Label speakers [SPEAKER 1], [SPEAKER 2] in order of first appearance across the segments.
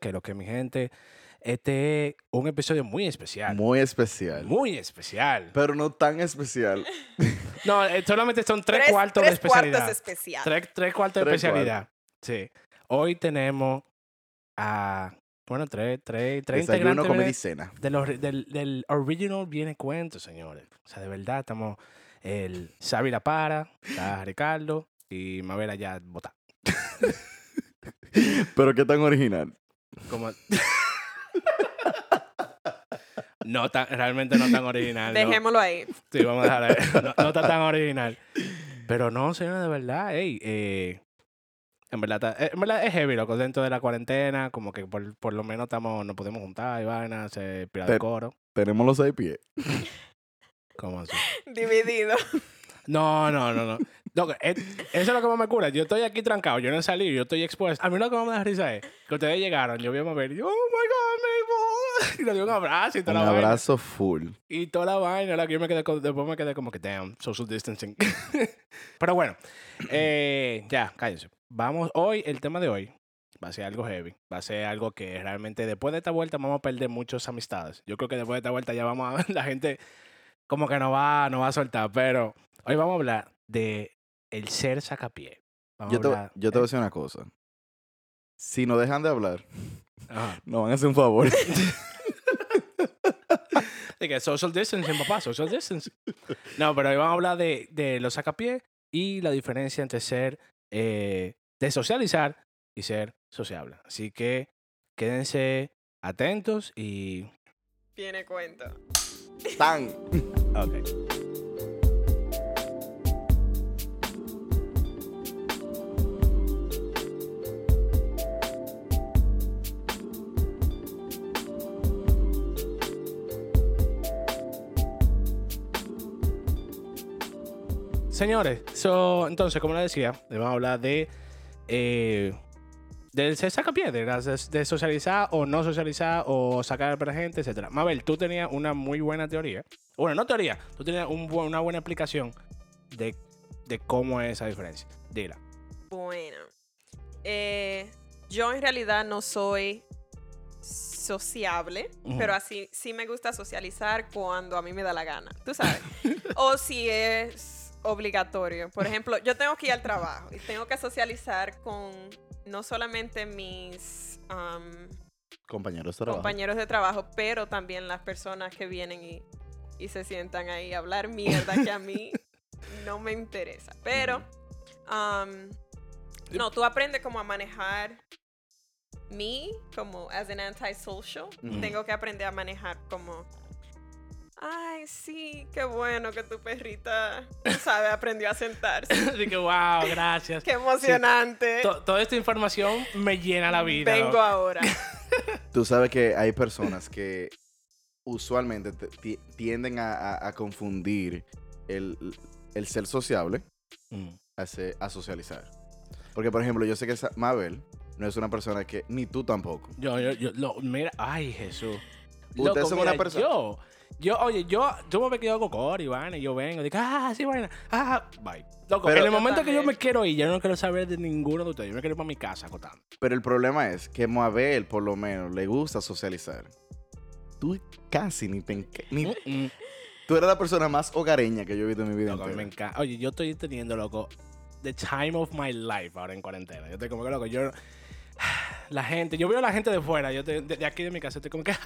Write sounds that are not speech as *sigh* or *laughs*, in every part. [SPEAKER 1] que lo que mi gente, este es un episodio muy especial.
[SPEAKER 2] Muy especial.
[SPEAKER 1] Muy especial.
[SPEAKER 2] Pero no
[SPEAKER 1] *laughs*
[SPEAKER 2] tan especial.
[SPEAKER 1] No, eh, solamente son tres,
[SPEAKER 3] Tres-
[SPEAKER 1] cuartos
[SPEAKER 3] tres
[SPEAKER 1] de
[SPEAKER 3] cuartos
[SPEAKER 1] especialidad.
[SPEAKER 3] especial.
[SPEAKER 1] Tres, tres cuartos de
[SPEAKER 2] Tres
[SPEAKER 1] especialidad. Sí. Hoy tenemos a, bueno, tres, tres, tres
[SPEAKER 2] Desayuno,
[SPEAKER 1] integrantes
[SPEAKER 2] comida y
[SPEAKER 1] de-
[SPEAKER 2] cena.
[SPEAKER 1] de los- del, del original viene cuento, señores. O sea, de verdad, estamos el Xavi La Para,
[SPEAKER 2] *laughs*
[SPEAKER 1] está Ricardo y Mabel allá botá.
[SPEAKER 2] Pero qué tan original. *laughs*
[SPEAKER 1] Como... *laughs* No, tan- realmente no tan *laughs* original. ¿no?
[SPEAKER 3] Dejémoslo ahí. *laughs*
[SPEAKER 1] Sí, vamos a dejar ahí. *laughs* No, no está tan original. Pero no, señor, de verdad, ey, eh, en verdad, está- eh, en verdad es heavy, loco, dentro de la cuarentena, como que por, por lo menos estamos, nos podemos juntar y vainas, se pira de
[SPEAKER 2] Pero-
[SPEAKER 1] coro.
[SPEAKER 2] Tenemos los seis pies.
[SPEAKER 1] ¿Cómo así?
[SPEAKER 3] Dividido. *laughs*
[SPEAKER 1] No, no, no, no. Loco, es- eso es lo que más me cura. Yo estoy aquí trancado, yo no he salido, yo estoy expuesto. A mí lo que más me da risa es que ustedes llegaron, yo vi a Mabel y yo, oh my god, mi amor", *laughs* Y le di un abrazo y
[SPEAKER 2] Un
[SPEAKER 1] toda la vaina.
[SPEAKER 2] abrazo full.
[SPEAKER 1] Y toda la vaina, la que yo me quedé, co- después me quedé como que, damn, social distancing. *laughs* Pero bueno, eh, ya, cállense. Vamos, hoy, el tema de hoy va a ser algo heavy. Va a ser algo que realmente después de esta vuelta vamos a perder muchas amistades. Yo creo que después de esta vuelta ya vamos a, *laughs* la gente como que no va, no va a soltar. Pero hoy vamos a hablar de el ser sacapié. Vamos
[SPEAKER 2] Yo te,
[SPEAKER 1] a hablar-
[SPEAKER 2] yo te voy a decir una cosa. Si no dejan de hablar, *laughs*
[SPEAKER 1] Ajá.
[SPEAKER 2] nos van a hacer
[SPEAKER 1] *laughs*
[SPEAKER 2] un favor.
[SPEAKER 1] De que social distancing, papá, social distancing. No, pero hoy vamos a hablar de, de los sacapiés y la diferencia entre ser, eh, de socializar y ser sociable. Así que quédense atentos y...
[SPEAKER 3] Tiene cuento.
[SPEAKER 2] Tan.
[SPEAKER 1] Ok. Señores, so, entonces, como les decía, les vamos a hablar de... eh, del se saca pie, de, las- de socializar o no socializar o sacar para gente, etcétera. Mabel, tú tenías una muy buena teoría. Bueno, no teoría, tú tenías un bu- una buena explicación de, de cómo es esa diferencia. *laughs* Dila.
[SPEAKER 3] Bueno. eh, yo en realidad no soy sociable,
[SPEAKER 1] Ujú.
[SPEAKER 3] pero así sí me gusta socializar cuando a mí me da la gana,
[SPEAKER 1] *laughs*
[SPEAKER 3] tú sabes. o si es obligatorio. Por ejemplo, yo tengo que ir al trabajo y tengo que socializar con no solamente mis am,
[SPEAKER 2] Compañeros de trabajo.
[SPEAKER 3] compañeros de trabajo, pero también las personas que vienen y, y se sientan ahí a hablar mierda que
[SPEAKER 1] *laughs*
[SPEAKER 3] a mí no me interesa. Pero, um, no, tú aprendes como a manejar mí como as an antisocial.
[SPEAKER 2] Ujú.
[SPEAKER 3] Tengo que aprender a manejar como... Ay, sí, qué bueno que tu perrita, tú sabes, aprendió
[SPEAKER 1] *laughs*
[SPEAKER 3] a sentarse.
[SPEAKER 1] Así que, wow, gracias.
[SPEAKER 3] Qué emocionante.
[SPEAKER 1] To- toda esta información me llena la vida.
[SPEAKER 3] Vengo
[SPEAKER 1] loco.
[SPEAKER 3] ahora.
[SPEAKER 2] Tú sabes que hay personas que usualmente te- ti- tienden a, a- a confundir el, el ser sociable
[SPEAKER 1] Mm.
[SPEAKER 2] a, se- a socializar. Porque, por ejemplo, yo sé que Sa- Mabel no es una persona que, ni tú tampoco.
[SPEAKER 1] Yo, yo, yo, lo- mira, ay, Jesús.
[SPEAKER 2] Ustedes
[SPEAKER 1] Loco,
[SPEAKER 2] son
[SPEAKER 1] mira,
[SPEAKER 2] una persona-
[SPEAKER 1] Yo, yo, oye, yo, yo me quedo con Cori, Ivana, y yo vengo, digo, ah, sí, Ivana, ah, bye. Loco,
[SPEAKER 2] Pero-
[SPEAKER 1] en el
[SPEAKER 3] Yo
[SPEAKER 1] momento que yo
[SPEAKER 3] también.
[SPEAKER 1] me quiero ir, yo no quiero saber de ninguno de ustedes, yo me quiero ir para mi casa acotando.
[SPEAKER 2] Pero el problema es que Mabel, por lo menos, le gusta socializar. Tú casi ni te... enca- ni-
[SPEAKER 1] Mm,
[SPEAKER 2] tú eres la persona más hogareña que yo he visto en mi vida.
[SPEAKER 1] loco, me
[SPEAKER 2] entera.
[SPEAKER 1] encanta. Oye, yo estoy teniendo, loco, the time of my life ahora en cuarentena. Yo estoy como que, loco, yo, *sighs* la gente, yo veo a la gente de fuera, yo estoy- de, de aquí de mi casa estoy como que, *laughs*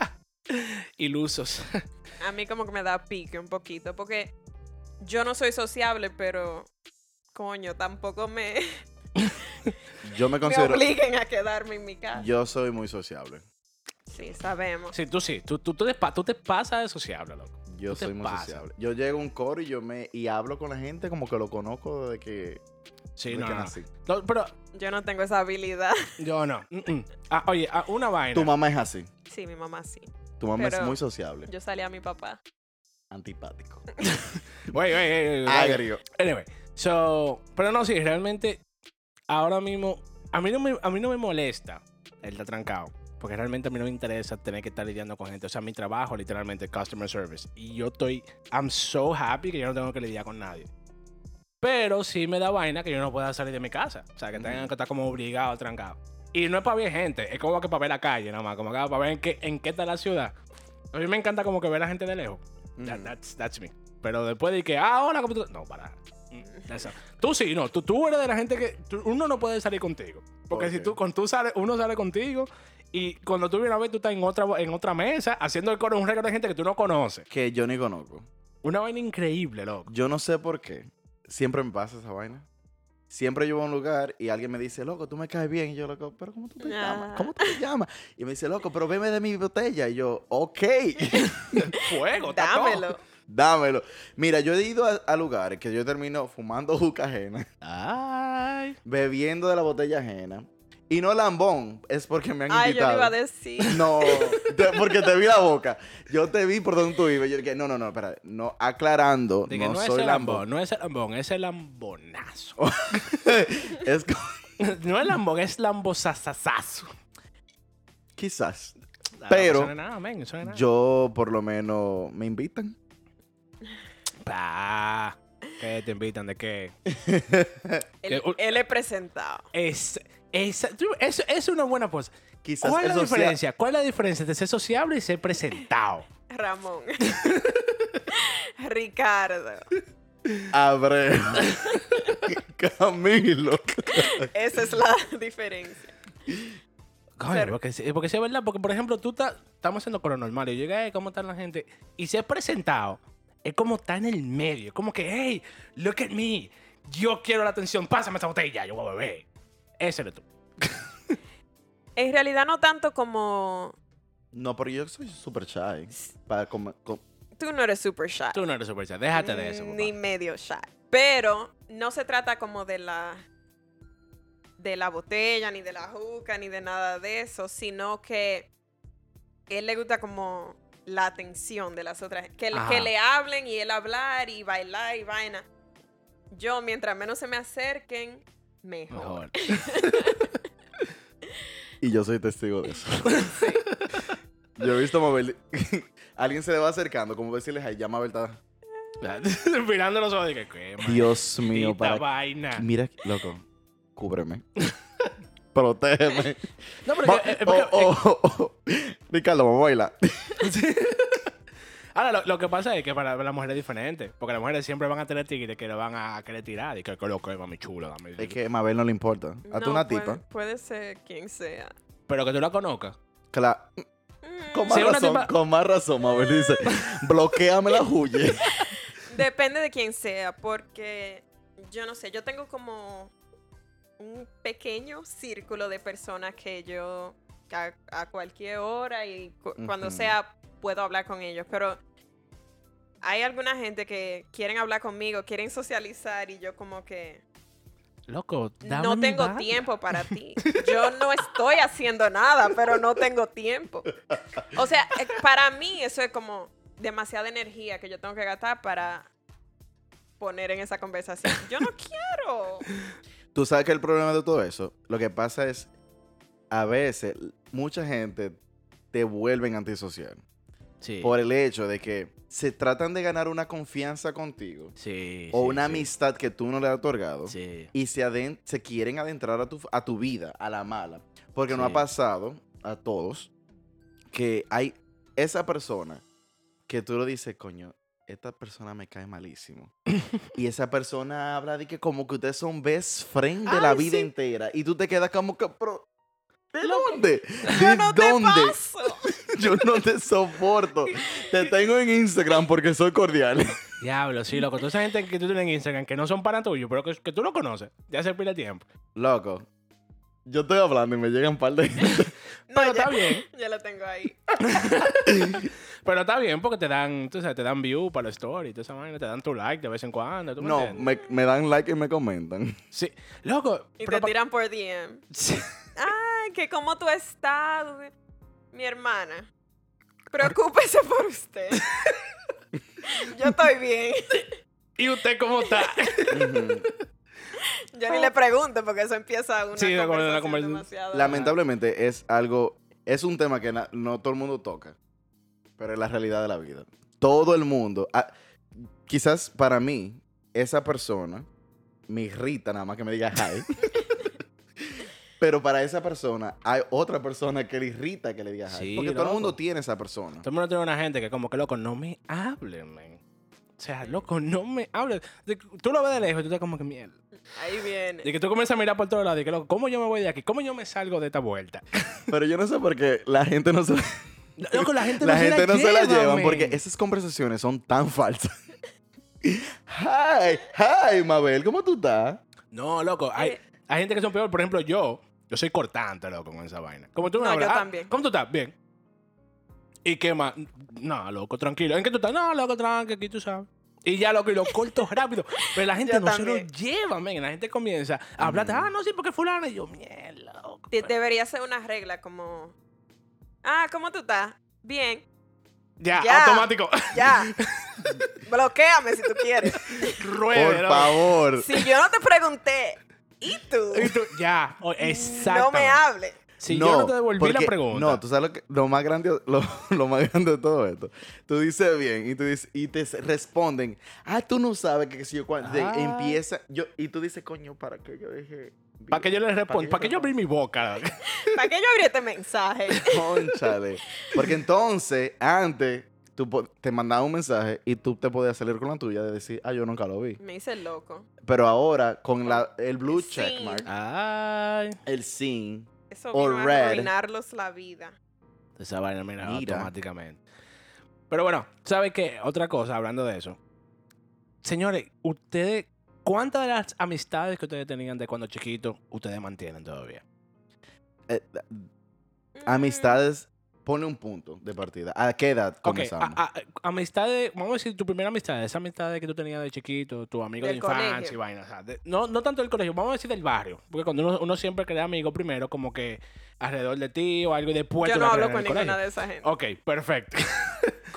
[SPEAKER 1] ilusos. *laughs*
[SPEAKER 3] A mí como que me da pique un poquito, porque yo no soy sociable, pero coño, tampoco me, *laughs*
[SPEAKER 2] Yo me
[SPEAKER 3] me
[SPEAKER 2] considero...
[SPEAKER 3] obliguen a quedarme en mi casa.
[SPEAKER 2] Yo soy muy sociable.
[SPEAKER 3] Sí, sabemos.
[SPEAKER 1] Sí, tú sí, tú, tú, tú, te, pa- tú te pasas de sociable, loco.
[SPEAKER 2] Yo
[SPEAKER 1] Tú te
[SPEAKER 2] soy muy
[SPEAKER 1] pasas.
[SPEAKER 2] sociable. Yo llego a un coro y yo me y hablo con la gente como que lo conozco desde que,
[SPEAKER 1] Sí,
[SPEAKER 2] desde
[SPEAKER 1] no,
[SPEAKER 2] que
[SPEAKER 1] no.
[SPEAKER 2] nací.
[SPEAKER 1] No, pero
[SPEAKER 3] Yo no tengo esa habilidad. *laughs*
[SPEAKER 1] Yo no. Mm-mm. Ah, oye, ah, una vaina.
[SPEAKER 2] Tu mamá es así.
[SPEAKER 3] Sí, mi mamá sí.
[SPEAKER 2] Tu mamá es
[SPEAKER 3] Pero-
[SPEAKER 2] muy sociable.
[SPEAKER 3] Yo salí a mi papá.
[SPEAKER 2] Antipático.
[SPEAKER 1] Oye, oye, oye, oye.
[SPEAKER 2] Agrio.
[SPEAKER 1] Anyway, so, pero no, sí, realmente, ahora mismo, a mí no me, a mí no me molesta el estar trancado. Porque realmente a mí no me interesa tener que estar lidiando con gente. O sea, mi trabajo, literalmente, customer service. Y yo estoy, I'm so happy que yo no tengo que lidiar con nadie. Pero sí me da vaina que yo no pueda salir de mi casa. O sea, que tengan que estar como obligado, trancado. Y no es para ver gente, es como que para ver la calle nada más, como que para ver en qué, en qué está la ciudad. A mí me encanta como que ver a la gente de lejos. That-
[SPEAKER 2] Ujú.
[SPEAKER 1] that's, that's me. Pero después de que, ah, hola, ¿cómo tú estás?" No, para. Mm, that's not- Tú sí, no, tú, tú eres de la gente que tú- uno no puede salir contigo. Porque si
[SPEAKER 2] Ok.
[SPEAKER 1] tú, con tú sales, uno sale contigo y cuando tú vienes a ver, tú estás en otra, en otra mesa haciendo el coro un récord de gente que tú no conoces.
[SPEAKER 2] Que yo ni conozco.
[SPEAKER 1] Una vaina increíble, loco. *laughs*
[SPEAKER 2] Yo no sé por qué. Siempre me pasa esa vaina. Siempre yo voy a un lugar y alguien me dice, loco, tú me caes bien. Y yo, loco, pero ¿cómo tú te llamas?
[SPEAKER 3] Ah.
[SPEAKER 2] ¿Cómo tú te llamas? Y me dice, loco, pero veme de mi botella. Y yo, ok, *laughs*
[SPEAKER 1] Fuego, está todo.
[SPEAKER 3] Dámelo.
[SPEAKER 2] dámelo. Mira, yo he ido a, a lugares que yo termino fumando juca ajena, *laughs*
[SPEAKER 1] Ay.
[SPEAKER 2] bebiendo de la botella ajena. Y no lambón, es porque me han
[SPEAKER 3] Ay, yo
[SPEAKER 2] invitado.
[SPEAKER 3] le iba a decir.
[SPEAKER 2] *laughs* No, te- porque te vi la boca. Yo te vi por donde tú ibas. Yo dije, no, no, no, espera. No, aclarando,
[SPEAKER 1] De que
[SPEAKER 2] no,
[SPEAKER 1] no, es
[SPEAKER 2] soy
[SPEAKER 1] el
[SPEAKER 2] lambón.
[SPEAKER 1] lambón, no es el lambón, es el lambonazo.
[SPEAKER 2] *laughs*
[SPEAKER 1] *laughs*
[SPEAKER 2] es co-
[SPEAKER 1] no es lambón, es lambosasasazo.
[SPEAKER 2] quizás.
[SPEAKER 1] Ah, no
[SPEAKER 2] Pero
[SPEAKER 1] suena nada, men, no suena nada.
[SPEAKER 2] Yo, por lo menos, me invitan.
[SPEAKER 1] Pa, ¿Qué Ah, te invitan? ¿De qué?
[SPEAKER 3] Él,
[SPEAKER 1] Que un-
[SPEAKER 3] él es presentado.
[SPEAKER 1] Es, es, tú, eso- es una buena cosa.
[SPEAKER 2] Quizás
[SPEAKER 1] ¿Cuál es la
[SPEAKER 2] eso sea-
[SPEAKER 1] diferencia? ¿Cuál es la diferencia entre ser sociable y ser presentado?
[SPEAKER 3] Ramón. Ricardo.
[SPEAKER 2] Abreu. *laughs* Camilo.
[SPEAKER 3] Esa es la *laughs* diferencia.
[SPEAKER 1] Coño,
[SPEAKER 3] Ser-
[SPEAKER 1] porque, sí- porque sí es verdad, porque por ejemplo, tú ta- estamos haciendo con lo normal y llega, "Ey, ¿cómo está la gente? Y ser presentado es como está en el medio, es como que, hey, look at me, yo quiero la atención, pásame esa botella, yo voy a beber. Ese eres tú.
[SPEAKER 3] En realidad no tanto como
[SPEAKER 2] No, pero yo soy super shy. Para com- com-
[SPEAKER 3] tú no eres super shy.
[SPEAKER 1] Tú no eres sorpresa, déjate de eso.
[SPEAKER 3] Mm, Ni
[SPEAKER 1] papá.
[SPEAKER 3] medio shy. Pero no se trata como de la de la botella, ni de la juca, ni de nada de eso, sino que él le gusta como la atención de las otras, que,
[SPEAKER 1] Ajá.
[SPEAKER 3] que le hablen y él hablar y bailar y vaina. Yo, mientras menos se me acerquen, mejor.
[SPEAKER 1] Mejor. *laughs*
[SPEAKER 2] Y yo soy testigo de eso. Yo he visto mover. *laughs* Alguien se le va acercando, como decirles, ay, llama a verdad.
[SPEAKER 1] Mirando los ojos, dije, qué
[SPEAKER 2] Dios mío,
[SPEAKER 1] maldita
[SPEAKER 2] para.
[SPEAKER 1] vaina.
[SPEAKER 2] Mira, loco, cúbreme. Protégeme.
[SPEAKER 1] No, pero
[SPEAKER 2] Va-
[SPEAKER 1] que- eh, eh, porque-
[SPEAKER 2] oh, oh, oh, oh. Ricardo, vamos a bailar.
[SPEAKER 1] Ahora, lo, lo que pasa es que para las mujeres es diferente. Porque las mujeres siempre van a tener tigres que le van a querer tirar. Y que, que lo que, mami chula, dame.
[SPEAKER 2] Es que a Mabel no le importa. A tú
[SPEAKER 3] No, pues.
[SPEAKER 2] una
[SPEAKER 3] puede-
[SPEAKER 2] tipa.
[SPEAKER 3] Puede, ser quien sea.
[SPEAKER 1] Pero que tú la conozcas.
[SPEAKER 2] cla-
[SPEAKER 3] Mm,
[SPEAKER 2] Con más
[SPEAKER 1] Si una
[SPEAKER 2] razón,
[SPEAKER 1] tipa-
[SPEAKER 2] con más razón, Mabel dice, bloqueame la huye.
[SPEAKER 3] Depende de quién sea, porque yo no sé, yo tengo como un pequeño círculo de personas que yo a, a cualquier hora y cu- cuando
[SPEAKER 2] Ujú.
[SPEAKER 3] sea puedo hablar con ellos, pero hay alguna gente que quieren hablar conmigo, quieren socializar y yo como que
[SPEAKER 1] Loco, dame
[SPEAKER 3] no
[SPEAKER 1] mi
[SPEAKER 3] tengo
[SPEAKER 1] vaina.
[SPEAKER 3] tiempo para
[SPEAKER 1] *laughs*
[SPEAKER 3] ti. Yo no estoy haciendo nada, pero no tengo tiempo. O sea, eh, para mí eso es como demasiada energía que yo tengo que gastar para poner en esa conversación.
[SPEAKER 1] *laughs*
[SPEAKER 3] Yo no quiero.
[SPEAKER 2] *laughs* Tú sabes que el problema de todo eso, lo que pasa es, a veces, mucha gente te vuelven antisocial.
[SPEAKER 1] Sí.
[SPEAKER 2] Por el hecho de que se tratan de ganar una confianza contigo
[SPEAKER 1] sí,
[SPEAKER 2] o
[SPEAKER 1] sí,
[SPEAKER 2] una
[SPEAKER 1] sí.
[SPEAKER 2] amistad que tú no le has otorgado.
[SPEAKER 1] Sí.
[SPEAKER 2] y se, aden- se quieren adentrar a tu, a tu vida, a la mala. Porque no
[SPEAKER 1] Sí.
[SPEAKER 2] ha pasado a todos que hay esa persona que tú lo dices, coño, esta persona me cae *laughs* malísimo. y esa persona habla de que como que ustedes son best friend de la
[SPEAKER 3] Ay,
[SPEAKER 2] vida
[SPEAKER 3] sí.
[SPEAKER 2] entera. Y tú te quedas como que, pero, ¿de dónde?
[SPEAKER 3] Yo
[SPEAKER 2] ¿De
[SPEAKER 3] no te
[SPEAKER 2] dónde?
[SPEAKER 3] paso.
[SPEAKER 2] *laughs* Yo no te soporto. te tengo en Instagram porque soy cordial.
[SPEAKER 1] Diablo, sí, loco. Toda esa gente que tú tienes en Instagram que no son para tuyo, pero que, que tú lo conoces. Ya se pide tiempo.
[SPEAKER 2] *laughs* Loco, yo estoy hablando y me llegan un par de... *laughs*
[SPEAKER 3] No,
[SPEAKER 1] Pero
[SPEAKER 3] ya, *laughs*
[SPEAKER 1] está bien.
[SPEAKER 3] ya lo tengo
[SPEAKER 1] *laughs*
[SPEAKER 3] ahí.
[SPEAKER 1] Pero está bien porque te dan, tú sabes, te dan view para la story, toda esa vaina, te dan tu like de vez en cuando. ¿tú me
[SPEAKER 2] No,
[SPEAKER 1] entiendes?
[SPEAKER 2] me, me dan like y
[SPEAKER 1] *laughs*
[SPEAKER 2] me comentan.
[SPEAKER 1] Sí. Loco.
[SPEAKER 3] Y
[SPEAKER 1] pero
[SPEAKER 3] te
[SPEAKER 1] pa-
[SPEAKER 3] tiran por DM.
[SPEAKER 1] *laughs* Sí.
[SPEAKER 3] Ay, que cómo tú estás, mi hermana. Preocúpese por usted.
[SPEAKER 1] *laughs*
[SPEAKER 3] Yo estoy bien.
[SPEAKER 1] ¿Y usted cómo está?
[SPEAKER 2] Ujú.
[SPEAKER 3] Yo ni le pregunto porque eso empieza una
[SPEAKER 1] Sí, de acuerdo,
[SPEAKER 3] conversación
[SPEAKER 1] una conversación.
[SPEAKER 3] demasiado-
[SPEAKER 2] Lamentablemente es algo, es un tema que na- no todo el mundo toca, pero es la realidad de la vida. Todo el mundo, ah, quizás para mí,
[SPEAKER 1] *laughs*
[SPEAKER 2] esa persona me irrita nada más que me diga hi. Pero para esa persona hay otra persona que le irrita que le diga hi.
[SPEAKER 1] Sí,
[SPEAKER 2] Porque todo el mundo
[SPEAKER 1] loco.
[SPEAKER 2] tiene esa persona.
[SPEAKER 1] Todo el mundo tiene una gente que como que, loco, no me hable, man. O sea, loco, no me hable. De- Tú lo ves de lejos y tú estás como que mierda.
[SPEAKER 3] Ahí
[SPEAKER 1] Y
[SPEAKER 3] viene.
[SPEAKER 1] que tú comienzas a mirar por todos lados y que, loco, ¿cómo yo me voy de aquí? ¿Cómo yo me salgo de esta vuelta?
[SPEAKER 2] Pero yo no sé por qué la gente no se,
[SPEAKER 1] Loco, la gente
[SPEAKER 2] la
[SPEAKER 1] no se
[SPEAKER 2] gente
[SPEAKER 1] la
[SPEAKER 2] no
[SPEAKER 1] lleva,
[SPEAKER 2] se la llevan
[SPEAKER 1] man.
[SPEAKER 2] porque esas conversaciones son tan falsas. hi, hi, Mabel, ¿cómo tú estás?
[SPEAKER 1] No, loco, hay,
[SPEAKER 3] Eh.
[SPEAKER 1] hay gente que son peor. Por ejemplo, yo, yo soy cortante, loco, con esa vaina. Como tú me
[SPEAKER 3] No, yo
[SPEAKER 1] hablas, "Ah,
[SPEAKER 3] también.
[SPEAKER 1] ¿Cómo tú estás? Bien. ¿Y qué más? No, loco, tranquilo. ¿En qué tú estás? No, loco, tranquilo, aquí tú sabes. Y ya, loco, y lo
[SPEAKER 3] *laughs*
[SPEAKER 1] corto rápido. Pero la gente
[SPEAKER 3] Yo
[SPEAKER 1] no se
[SPEAKER 3] también.
[SPEAKER 1] lo lleva, men. La gente comienza
[SPEAKER 2] Mm.
[SPEAKER 1] a hablar. Ah, no, sí, porque fulano. Y yo, mierda, loco.
[SPEAKER 3] De-
[SPEAKER 1] pero-
[SPEAKER 3] Debería ser una regla como. Ah, ¿cómo tú estás? Bien.
[SPEAKER 1] Ya,
[SPEAKER 3] Ya.
[SPEAKER 1] automático.
[SPEAKER 3] Ya. Bloquéame si tú quieres.
[SPEAKER 1] *laughs* Ruede,
[SPEAKER 2] Por
[SPEAKER 1] loco.
[SPEAKER 2] favor.
[SPEAKER 3] Si yo no te pregunté, ¿y tú?
[SPEAKER 1] Y tú- Ya, o- exacto.
[SPEAKER 3] No me hables.
[SPEAKER 1] Si yo no te devolví la
[SPEAKER 2] porque-
[SPEAKER 1] pregunta.
[SPEAKER 2] No, tú sabes lo, que- lo más grande, lo, *laughs* lo más grande de todo esto. Tú dices bien y, tú dices, y te s- responden, ah, tú no sabes que qué sé yo cuándo.
[SPEAKER 1] Ah.
[SPEAKER 2] Empieza, yo, y tú dices, coño, ¿para qué yo dije?
[SPEAKER 1] ¿Para que yo le responda? ¿Para que yo abrí
[SPEAKER 2] responda?
[SPEAKER 1] mi boca? loco?
[SPEAKER 3] ¿Para qué yo abrí este mensaje?
[SPEAKER 2] Cónchale. Porque entonces, antes, tú po- te mandaba un mensaje y tú te podías salir con la tuya de decir, ah, yo nunca lo vi.
[SPEAKER 3] Me hice loco.
[SPEAKER 2] Pero ahora, con la, el blue
[SPEAKER 3] Sí.
[SPEAKER 2] checkmark,
[SPEAKER 1] Ay.
[SPEAKER 2] el sin,
[SPEAKER 3] Eso
[SPEAKER 2] O
[SPEAKER 3] vino a
[SPEAKER 2] red.
[SPEAKER 3] arruinarlos la vida.
[SPEAKER 1] Esa vaina mira,
[SPEAKER 2] Mira.
[SPEAKER 1] automáticamente. Pero bueno, ¿sabes qué? Otra cosa, hablando de eso. Señores, ustedes, ¿cuántas de las amistades que ustedes tenían de cuando chiquitos ustedes mantienen todavía?
[SPEAKER 2] eh, amistades, pone un punto de partida. ¿A qué edad
[SPEAKER 1] Ok,
[SPEAKER 2] comenzamos?
[SPEAKER 1] a- a- a- amistades, vamos a decir tu primera amistad, esa amistad que tú tenías de chiquito, tu amigo de
[SPEAKER 3] Del
[SPEAKER 1] infancia
[SPEAKER 3] colegio.
[SPEAKER 1] y vainas. o sea, de- no, no tanto del colegio, vamos a decir del barrio. Porque cuando uno, uno siempre crea amigos primero, como que alrededor de ti o algo y después
[SPEAKER 3] Mm. Yo
[SPEAKER 1] tú
[SPEAKER 3] no
[SPEAKER 1] vas
[SPEAKER 3] hablo
[SPEAKER 1] creando
[SPEAKER 3] con
[SPEAKER 1] en el
[SPEAKER 3] ninguna
[SPEAKER 1] colegio.
[SPEAKER 3] de esa gente.
[SPEAKER 1] Ok, perfecto.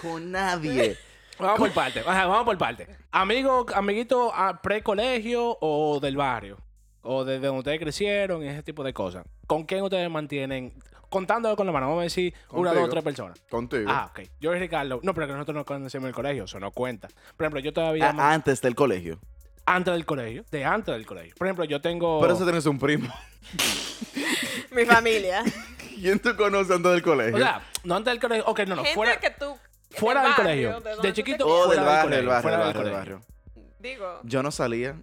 [SPEAKER 2] Con nadie.
[SPEAKER 1] Vamos por parte, ajá, vamos por parte. Amigo, amiguito ah, pre-colegio o del barrio, o desde donde ustedes crecieron y ese tipo de cosas. ¿Con quién ustedes mantienen? Contándolo con la mano, vamos a decir una,
[SPEAKER 2] Contigo.
[SPEAKER 1] dos, tres personas.
[SPEAKER 2] Contigo.
[SPEAKER 1] Ah, ok. Yo y Ricardo, no, pero que nosotros no conocemos el colegio, eso no cuenta. Por ejemplo, yo todavía
[SPEAKER 2] A-
[SPEAKER 1] man-
[SPEAKER 2] antes del colegio.
[SPEAKER 1] antes del colegio, de antes del colegio. Por ejemplo, yo tengo.
[SPEAKER 2] Por ah. eso tienes un primo. *laughs*
[SPEAKER 1] *laughs*
[SPEAKER 3] Mi familia.
[SPEAKER 2] ¿Quién tú conoces antes del colegio?
[SPEAKER 1] o sea, no antes del colegio, ok, no, no,
[SPEAKER 3] gente
[SPEAKER 1] fuera,
[SPEAKER 3] que tú.
[SPEAKER 1] fuera del
[SPEAKER 3] barrio,
[SPEAKER 1] colegio. De,
[SPEAKER 3] de donde tú te
[SPEAKER 1] chiquito,
[SPEAKER 2] o Oh, del
[SPEAKER 1] fuera
[SPEAKER 2] barrio, del barrio,
[SPEAKER 1] fuera
[SPEAKER 2] del
[SPEAKER 1] del
[SPEAKER 2] barrio, del
[SPEAKER 1] colegio.
[SPEAKER 2] barrio.
[SPEAKER 3] Digo.
[SPEAKER 2] Yo no salía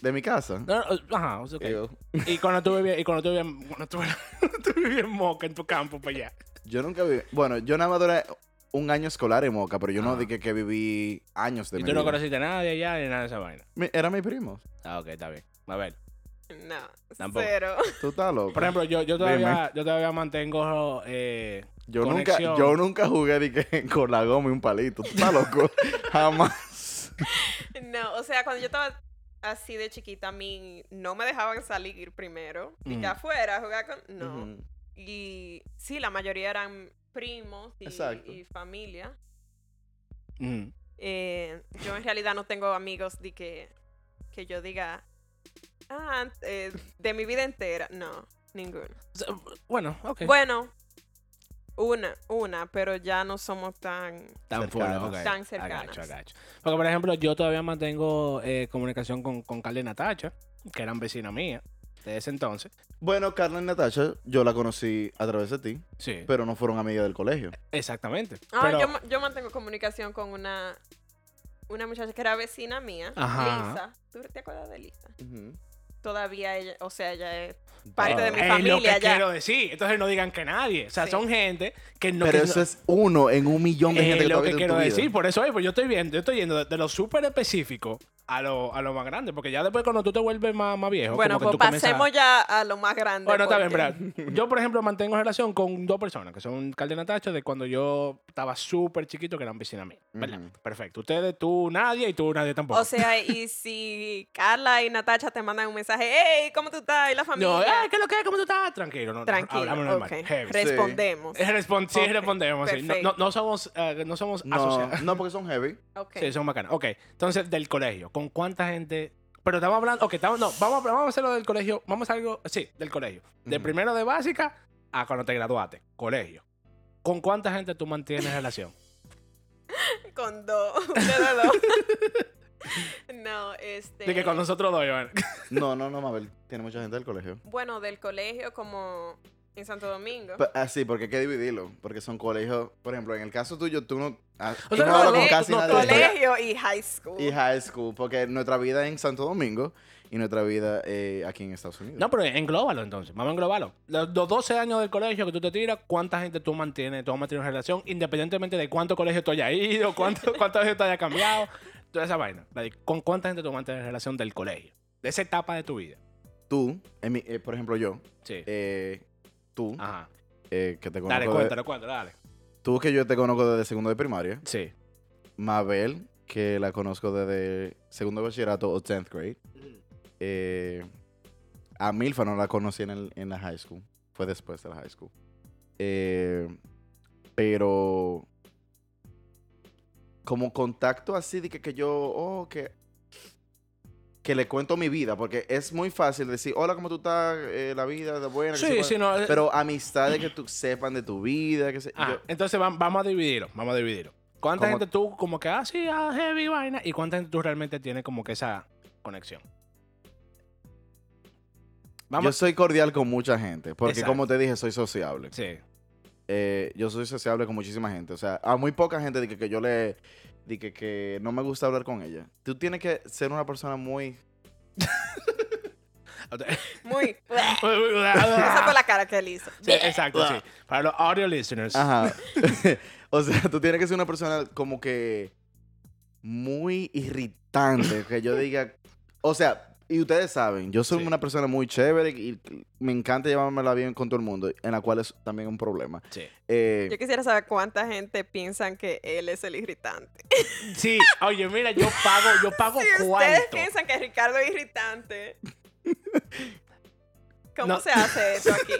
[SPEAKER 2] de mi casa.
[SPEAKER 1] No, no, ajá, ok.
[SPEAKER 2] Yo,
[SPEAKER 1] Y cuando tú vivías, y cuando tú vivías, cuando tú, *laughs* cuando tú vivías en Moca, en tu campo, pues para allá.
[SPEAKER 2] yo nunca viví. Bueno, yo nada más duré un año escolar en Moca, pero yo no
[SPEAKER 1] Ah.
[SPEAKER 2] dije que viví años de
[SPEAKER 1] Y
[SPEAKER 2] mi
[SPEAKER 1] tú no
[SPEAKER 2] vida.
[SPEAKER 1] conociste a nadie allá ni nada de esa vaina.
[SPEAKER 2] Mi- Era mi primo.
[SPEAKER 1] Ah, ok, está bien. A ver.
[SPEAKER 3] No.
[SPEAKER 1] Tampoco.
[SPEAKER 3] Cero.
[SPEAKER 2] Tú estás loco.
[SPEAKER 1] Por ejemplo, yo, yo, todavía, yo todavía mantengo. Eh,
[SPEAKER 2] yo, nunca,
[SPEAKER 1] conexión.
[SPEAKER 2] yo nunca jugué di que, *laughs* con la goma y un palito. Tú estás loco.
[SPEAKER 1] *laughs*
[SPEAKER 2] Jamás.
[SPEAKER 3] No, o sea, cuando yo estaba así de chiquita, a mí no me dejaban salir primero. Y
[SPEAKER 1] Ujú.
[SPEAKER 3] que afuera a jugar con. No.
[SPEAKER 2] Ujú.
[SPEAKER 3] Y sí, la mayoría eran primos y,
[SPEAKER 2] Exacto.
[SPEAKER 3] y familia.
[SPEAKER 1] mm,
[SPEAKER 3] Eh, yo en realidad no tengo amigos de que, que yo diga, ah, eh, de mi vida entera. No, ninguno.
[SPEAKER 1] o sea, bueno, ok.
[SPEAKER 3] Bueno, una, una, pero ya no somos tan...
[SPEAKER 1] tan
[SPEAKER 2] cercanas.
[SPEAKER 1] fuera, ok.
[SPEAKER 3] Tan
[SPEAKER 1] Agacho,
[SPEAKER 3] cercanas.
[SPEAKER 1] agacho. Porque, por ejemplo, yo todavía mantengo eh, comunicación con, con Carla y Natacha, que eran vecinas mías de ese entonces.
[SPEAKER 2] Bueno, Carla y Natasha, yo la conocí a través de ti,
[SPEAKER 1] Sí.
[SPEAKER 2] pero no fueron amigas del colegio.
[SPEAKER 1] exactamente.
[SPEAKER 3] Ah,
[SPEAKER 1] Pero-
[SPEAKER 3] yo, ma- yo mantengo comunicación con una, una muchacha que era vecina mía,
[SPEAKER 1] Ajá.
[SPEAKER 3] Lisa. ¿Tú te acuerdas de Lisa? Todavía ella, o sea, ella es...
[SPEAKER 2] Wow.
[SPEAKER 3] Parte de mi
[SPEAKER 1] es lo
[SPEAKER 3] familia
[SPEAKER 1] que
[SPEAKER 3] ya.
[SPEAKER 1] quiero decir. Entonces no digan que nadie. O sea,
[SPEAKER 3] Sí.
[SPEAKER 1] son gente que no
[SPEAKER 2] pero
[SPEAKER 1] que-
[SPEAKER 2] eso es uno en un millón de
[SPEAKER 1] Es
[SPEAKER 2] gente que tú
[SPEAKER 1] Eh, lo
[SPEAKER 2] has
[SPEAKER 1] que
[SPEAKER 2] visto en
[SPEAKER 1] quiero
[SPEAKER 2] tu vida.
[SPEAKER 1] decir, por eso es, pues yo estoy viendo, yo estoy yendo de, de lo súper específico a lo, a lo más grande, porque ya después cuando tú te vuelves más, más viejo,
[SPEAKER 3] Bueno,
[SPEAKER 1] como
[SPEAKER 3] pues
[SPEAKER 1] que tú
[SPEAKER 3] pasemos
[SPEAKER 1] comienzas...
[SPEAKER 3] ya a lo más grande.
[SPEAKER 1] Bueno, está bien,
[SPEAKER 3] porque-
[SPEAKER 1] mira, yo por ejemplo mantengo relación con dos personas, que son Carl de Natacho, de cuando yo estaba súper chiquito, que eran vecinas mías, ¿verdad?
[SPEAKER 2] Ujú.
[SPEAKER 1] Perfecto, ustedes, tú, nadie, y tú, nadie tampoco.
[SPEAKER 3] O sea, y si Carla y Natacha te mandan un mensaje, hey, ¿cómo tú estás? ¿Y la familia? Ah,
[SPEAKER 1] no, "Eh, ¿qué es lo que es? ¿Cómo tú estás? Tranquilo, no, no,
[SPEAKER 3] Tranquilo,
[SPEAKER 1] hablamos normal.
[SPEAKER 3] ok.
[SPEAKER 1] Heavy.
[SPEAKER 3] Respondemos.
[SPEAKER 1] Eh, *laughs* respon- sí,
[SPEAKER 3] Ok,
[SPEAKER 1] respondemos, sí. No,
[SPEAKER 3] perfecto.
[SPEAKER 1] no- no somos, eh, no somos
[SPEAKER 2] No,
[SPEAKER 1] asociados.
[SPEAKER 2] no, porque son heavy.
[SPEAKER 3] Ok.
[SPEAKER 1] Sí, son bacanas. Ok, entonces del colegio, ¿con cuánta gente? Pero estamos hablando, ok, estamos, no, vamos, a- vamos a hacerlo del colegio, vamos a algo, sí, del colegio. De
[SPEAKER 2] Ujú.
[SPEAKER 1] primero de básica a cuando te graduaste, colegio. ¿Con cuánta gente tú mantienes relación?
[SPEAKER 3] *laughs*
[SPEAKER 1] *laughs*
[SPEAKER 3] Con dos. ustedes dos. No, este.
[SPEAKER 1] De que con nosotros dos,
[SPEAKER 2] *laughs*
[SPEAKER 1] Iván.
[SPEAKER 2] No, no, no, Mabel. Tiene mucha gente del colegio.
[SPEAKER 3] Bueno, del colegio como en Santo Domingo.
[SPEAKER 2] Así, ah, sí, porque hay que dividirlo. Porque son colegios. Por ejemplo, en el caso tuyo, tú no. ah,
[SPEAKER 1] O
[SPEAKER 2] tú
[SPEAKER 1] sea,
[SPEAKER 2] no hablas
[SPEAKER 1] cole-
[SPEAKER 2] con casi
[SPEAKER 1] no,
[SPEAKER 2] nadie. del colegio.
[SPEAKER 3] colegio y high school.
[SPEAKER 2] Y high school. Porque nuestra vida es en Santo Domingo y nuestra vida eh, aquí en Estados Unidos.
[SPEAKER 1] No, pero englóbalo entonces. Vamos a englobarlo. Los, los 12 años del colegio que tú te tiras, ¿cuánta gente tú mantienes? Tú has mantenido relación, independientemente de cuánto colegio tú hayas ido, cuánto, cuántas veces tú hayas cambiado. Toda esa vaina. La de ¿Con cuánta gente tú mantienes relación del colegio? De esa etapa de tu vida.
[SPEAKER 2] Tú, en mi- eh, por ejemplo, yo,
[SPEAKER 1] Sí.
[SPEAKER 2] eh, tú,
[SPEAKER 1] Ajá.
[SPEAKER 2] eh, que te conozco.
[SPEAKER 1] Ah. Dale,
[SPEAKER 2] de-
[SPEAKER 1] cuéntalo, cuéntalo, dale.
[SPEAKER 2] tú que yo te conozco desde segundo de primaria.
[SPEAKER 1] Sí.
[SPEAKER 2] Mabel, que la conozco desde segundo de bachillerato o 10th grade. Eh, a Milfa no la conocí en, el- en la high school. Fue después de la high school. Eh, pero como contacto así de que, que yo, oh, que, que le cuento mi vida, porque es muy fácil decir, hola, ¿cómo tú estás? Eh, la vida, de buena. que se
[SPEAKER 1] Sí,
[SPEAKER 2] puede".
[SPEAKER 1] sí, no. eh,
[SPEAKER 2] Pero amistades que tú sepan de tu vida, que se,
[SPEAKER 1] ah,
[SPEAKER 2] yo-
[SPEAKER 1] entonces vam- vamos a dividirlo. Vamos a dividirlo. ¿Cuánta
[SPEAKER 2] ¿Cómo?
[SPEAKER 1] gente tú como que, ah, sí, ah, heavy vaina? ¿Y cuánta gente tú realmente tienes como que esa conexión?
[SPEAKER 2] yo
[SPEAKER 1] Vamos.
[SPEAKER 2] soy cordial con mucha gente, porque
[SPEAKER 1] Exacto.
[SPEAKER 2] como te dije, soy sociable.
[SPEAKER 1] Sí.
[SPEAKER 2] eh, yo soy sociable con muchísima gente. O sea, a muy poca gente de que, que yo le. de que, que no me gusta hablar con ella. Tú tienes que ser una persona muy.
[SPEAKER 1] *laughs*
[SPEAKER 2] *laughs*
[SPEAKER 3] Muy. Esa fue
[SPEAKER 1] Sí,
[SPEAKER 3] la cara que él hizo.
[SPEAKER 1] exacto, sí. Para los audio listeners.
[SPEAKER 2] Ajá. *laughs* o sea, tú tienes que ser una persona como que. muy irritante. Que yo diga. O sea, y ustedes saben, yo soy
[SPEAKER 1] Sí.
[SPEAKER 2] una persona muy chévere y y me encanta llevármela bien con todo el mundo, en la cual es también un problema.
[SPEAKER 1] Sí.
[SPEAKER 2] Eh,
[SPEAKER 3] Yo quisiera saber cuánta gente piensan que él es el irritante.
[SPEAKER 1] Sí, oye, mira, yo pago, yo pago
[SPEAKER 3] *laughs* Si ustedes
[SPEAKER 1] cuánto.
[SPEAKER 3] piensan que Ricardo es irritante, ¿cómo
[SPEAKER 1] No.
[SPEAKER 3] se hace eso aquí?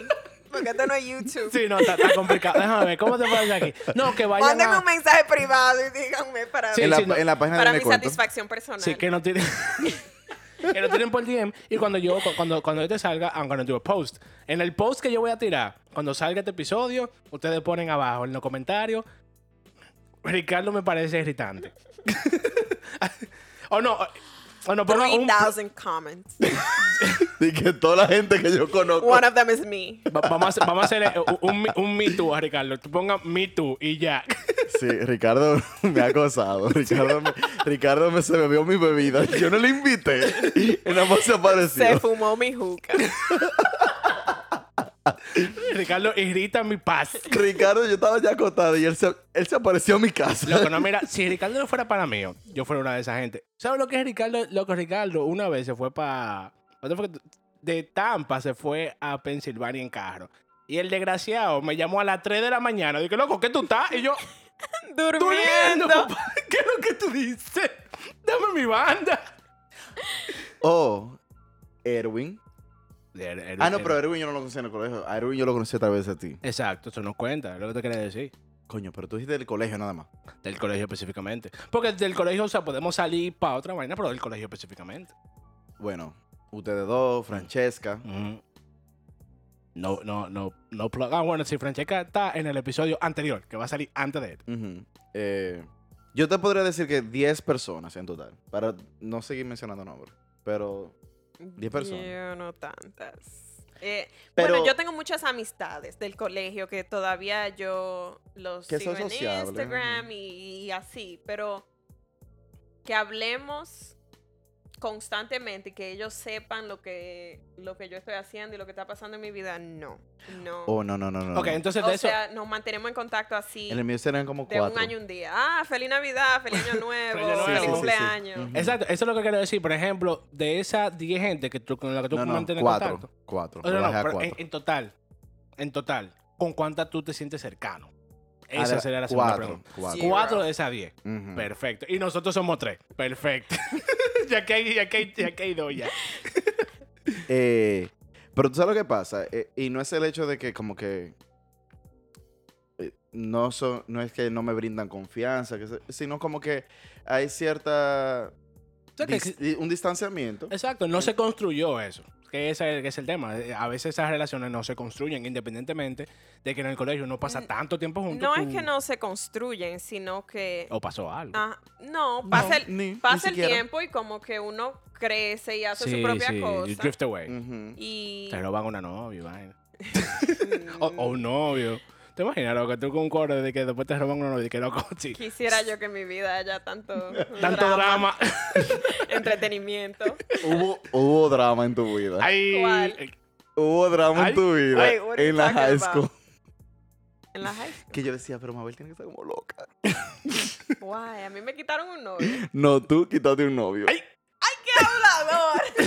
[SPEAKER 3] Porque esto no es YouTube.
[SPEAKER 1] Sí, no, está, está complicado. Déjame ver, ¿cómo te puedes aquí? No, que vayan
[SPEAKER 3] Mándenme
[SPEAKER 1] a...
[SPEAKER 3] un mensaje privado y díganme para,
[SPEAKER 1] Sí,
[SPEAKER 2] en, la,
[SPEAKER 1] sí, no.
[SPEAKER 2] en la página
[SPEAKER 3] para
[SPEAKER 2] de
[SPEAKER 3] mi
[SPEAKER 2] Me Cuento. *laughs*
[SPEAKER 3] satisfacción personal.
[SPEAKER 1] Sí, que no tienen... *laughs* que no tienen por DM. Y cuando yo, cu- cuando, cuando este salga, I'm gonna do a post. En el post que yo voy a tirar, cuando salga este episodio, ustedes ponen abajo en los comentarios, Ricardo me parece irritante. *laughs* o no, o no, pongan un...
[SPEAKER 3] 3000
[SPEAKER 2] *laughs*
[SPEAKER 3] comments.
[SPEAKER 2] Y que toda la gente que yo conozco.
[SPEAKER 3] One of them is me.
[SPEAKER 1] *laughs* Va- vamos, a hacer, vamos a hacer eh, un, Me- un Me Too a Ricardo. Tú ponga Me Too y ya. *laughs*
[SPEAKER 2] Sí, Ricardo *laughs* me ha acosado. Ricardo me, Ricardo me se bebió mi bebida. Yo no le invité. Y nada más se
[SPEAKER 3] Se
[SPEAKER 2] apareció.
[SPEAKER 3] fumó mi juca.
[SPEAKER 1] Ricardo irrita mi paz.
[SPEAKER 2] Ricardo, yo estaba ya acostado y él se, él se apareció a mi casa.
[SPEAKER 1] Loco, no, mira, si Ricardo no fuera para mí, yo fuera una de esa gente. ¿Sabes lo que es Ricardo? Loco, Ricardo una vez se fue para... De Tampa se fue a Pensilvania en carro. Y el desgraciado me llamó a las 3 de la mañana. Dije, loco, ¿qué tú estás? Y yo, durmiendo,
[SPEAKER 3] Durmiendo.
[SPEAKER 1] papá. ¿Qué es lo que tú dices? Dame mi banda.
[SPEAKER 2] *laughs* Oh, Erwin.
[SPEAKER 1] Er- er-
[SPEAKER 2] Ah, no, pero
[SPEAKER 1] er-
[SPEAKER 2] Erwin yo no lo conocí en el colegio. A Erwin yo lo conocí a través de ti.
[SPEAKER 1] Exacto, eso no cuenta, es lo que te quería decir.
[SPEAKER 2] Coño, pero tú dijiste del colegio nada más.
[SPEAKER 1] Del colegio específicamente. Porque del colegio, o sea, podemos salir para otra vaina, pero del colegio específicamente.
[SPEAKER 2] Bueno, ustedes dos, Francesca.
[SPEAKER 1] Mm. No, no, no, no plug. Ah, bueno, si Francesca está en el episodio anterior, que va a salir antes de este.
[SPEAKER 2] Ujú. Eh, yo te podría decir que 10 personas en total. Para no seguir mencionando nombres. Pero Diez personas.
[SPEAKER 3] Yo no tantas. Eh,
[SPEAKER 2] Pero-
[SPEAKER 3] bueno, yo tengo muchas amistades del colegio que todavía yo los
[SPEAKER 2] Que
[SPEAKER 3] sigo
[SPEAKER 2] son
[SPEAKER 3] en
[SPEAKER 2] sociables,
[SPEAKER 3] Instagram
[SPEAKER 2] ajá.
[SPEAKER 3] y, y así, pero que hablemos constantemente y que ellos sepan lo que, lo que yo estoy haciendo y lo que está pasando en mi vida, no. No.
[SPEAKER 2] Oh, no, no, no, no.
[SPEAKER 1] ok,
[SPEAKER 2] no.
[SPEAKER 1] entonces
[SPEAKER 3] o
[SPEAKER 1] de eso.
[SPEAKER 3] sea, nos mantenemos en contacto así
[SPEAKER 2] En el mío serán como
[SPEAKER 3] de
[SPEAKER 2] cuatro.
[SPEAKER 3] un año y un día. Ah, feliz Navidad, feliz Año Nuevo,
[SPEAKER 1] *laughs* Feliz Año Nuevo.
[SPEAKER 3] feliz
[SPEAKER 2] Sí, sí, sí, sí.
[SPEAKER 3] cumpleaños.
[SPEAKER 2] Ujú.
[SPEAKER 1] Exacto, eso es lo que quiero decir. Por ejemplo, de esas 10 gente que tú, con la que tú
[SPEAKER 2] no, no,
[SPEAKER 1] mantienes
[SPEAKER 2] cuatro.
[SPEAKER 1] contacto.
[SPEAKER 2] Cuatro.
[SPEAKER 1] O sea,
[SPEAKER 2] lo
[SPEAKER 1] no,
[SPEAKER 2] bajé a
[SPEAKER 1] pero e, en,
[SPEAKER 2] cuatro.
[SPEAKER 1] en total, en total, ¿con cuántas tú te sientes cercano?
[SPEAKER 2] Ah,
[SPEAKER 1] e, Esa
[SPEAKER 2] de-
[SPEAKER 1] sería la segunda
[SPEAKER 2] cuatro, Mm.
[SPEAKER 1] pregunta.
[SPEAKER 2] cuatro.
[SPEAKER 3] Sí. Zero.
[SPEAKER 1] Cuatro de esas 10.
[SPEAKER 2] Ujú.
[SPEAKER 1] Perfecto. Y nosotros somos tres. Perfecto. *laughs* ya que hay, ya que hay, ya que hay dos ya.
[SPEAKER 2] Eh, pero tú sabes lo que pasa. eh, y no es el hecho de que como que... eh, No, son, no es que no me brindan confianza, que se- sino como que hay cierta...
[SPEAKER 1] O sea que
[SPEAKER 2] dis-
[SPEAKER 1] exi-
[SPEAKER 2] di- un distanciamiento.
[SPEAKER 1] Exacto, no se construyó eso. Que ese, que es el tema. Eh, A veces esas relaciones no se construyen independientemente de que en el colegio uno pasa
[SPEAKER 3] N-
[SPEAKER 1] tanto tiempo juntos.
[SPEAKER 3] Mm, No es
[SPEAKER 1] tú-
[SPEAKER 3] que no se construyen, sino que...
[SPEAKER 1] O pasó algo.
[SPEAKER 3] Ah, no, pasa el,
[SPEAKER 2] ni- ni
[SPEAKER 3] pasa el
[SPEAKER 2] siquiera.
[SPEAKER 3] tiempo y como que uno crece y hace su propia
[SPEAKER 1] You
[SPEAKER 3] cosa. Mm.
[SPEAKER 1] drift away.
[SPEAKER 2] Ujú.
[SPEAKER 3] Y... mm,
[SPEAKER 1] Te roban una novia, y vaina. o, o un novio. ¿Te imaginas, loco? Tú con un coro de que después te roban una novia y que loco, *laughs* sí.
[SPEAKER 3] Quisiera yo que en mi vida
[SPEAKER 1] *laughs*
[SPEAKER 3] haya tanto,
[SPEAKER 1] Tanto drama.
[SPEAKER 3] entretenimiento.
[SPEAKER 2] Hubo, hubo drama en tu vida.
[SPEAKER 1] Ay,
[SPEAKER 3] ¿Cuál?
[SPEAKER 1] eh,
[SPEAKER 2] Hubo drama
[SPEAKER 1] Ay,
[SPEAKER 2] en tu vida.
[SPEAKER 3] ay, what are you
[SPEAKER 2] en la
[SPEAKER 3] talking
[SPEAKER 2] high
[SPEAKER 3] about?
[SPEAKER 2] school.
[SPEAKER 3] En la high school.
[SPEAKER 2] Que yo decía, pero Mabel tiene que estar como loca.
[SPEAKER 3] Guay, a mí me quitaron un *laughs* novio.
[SPEAKER 2] No, tú quítate un novio.
[SPEAKER 3] ¡Qué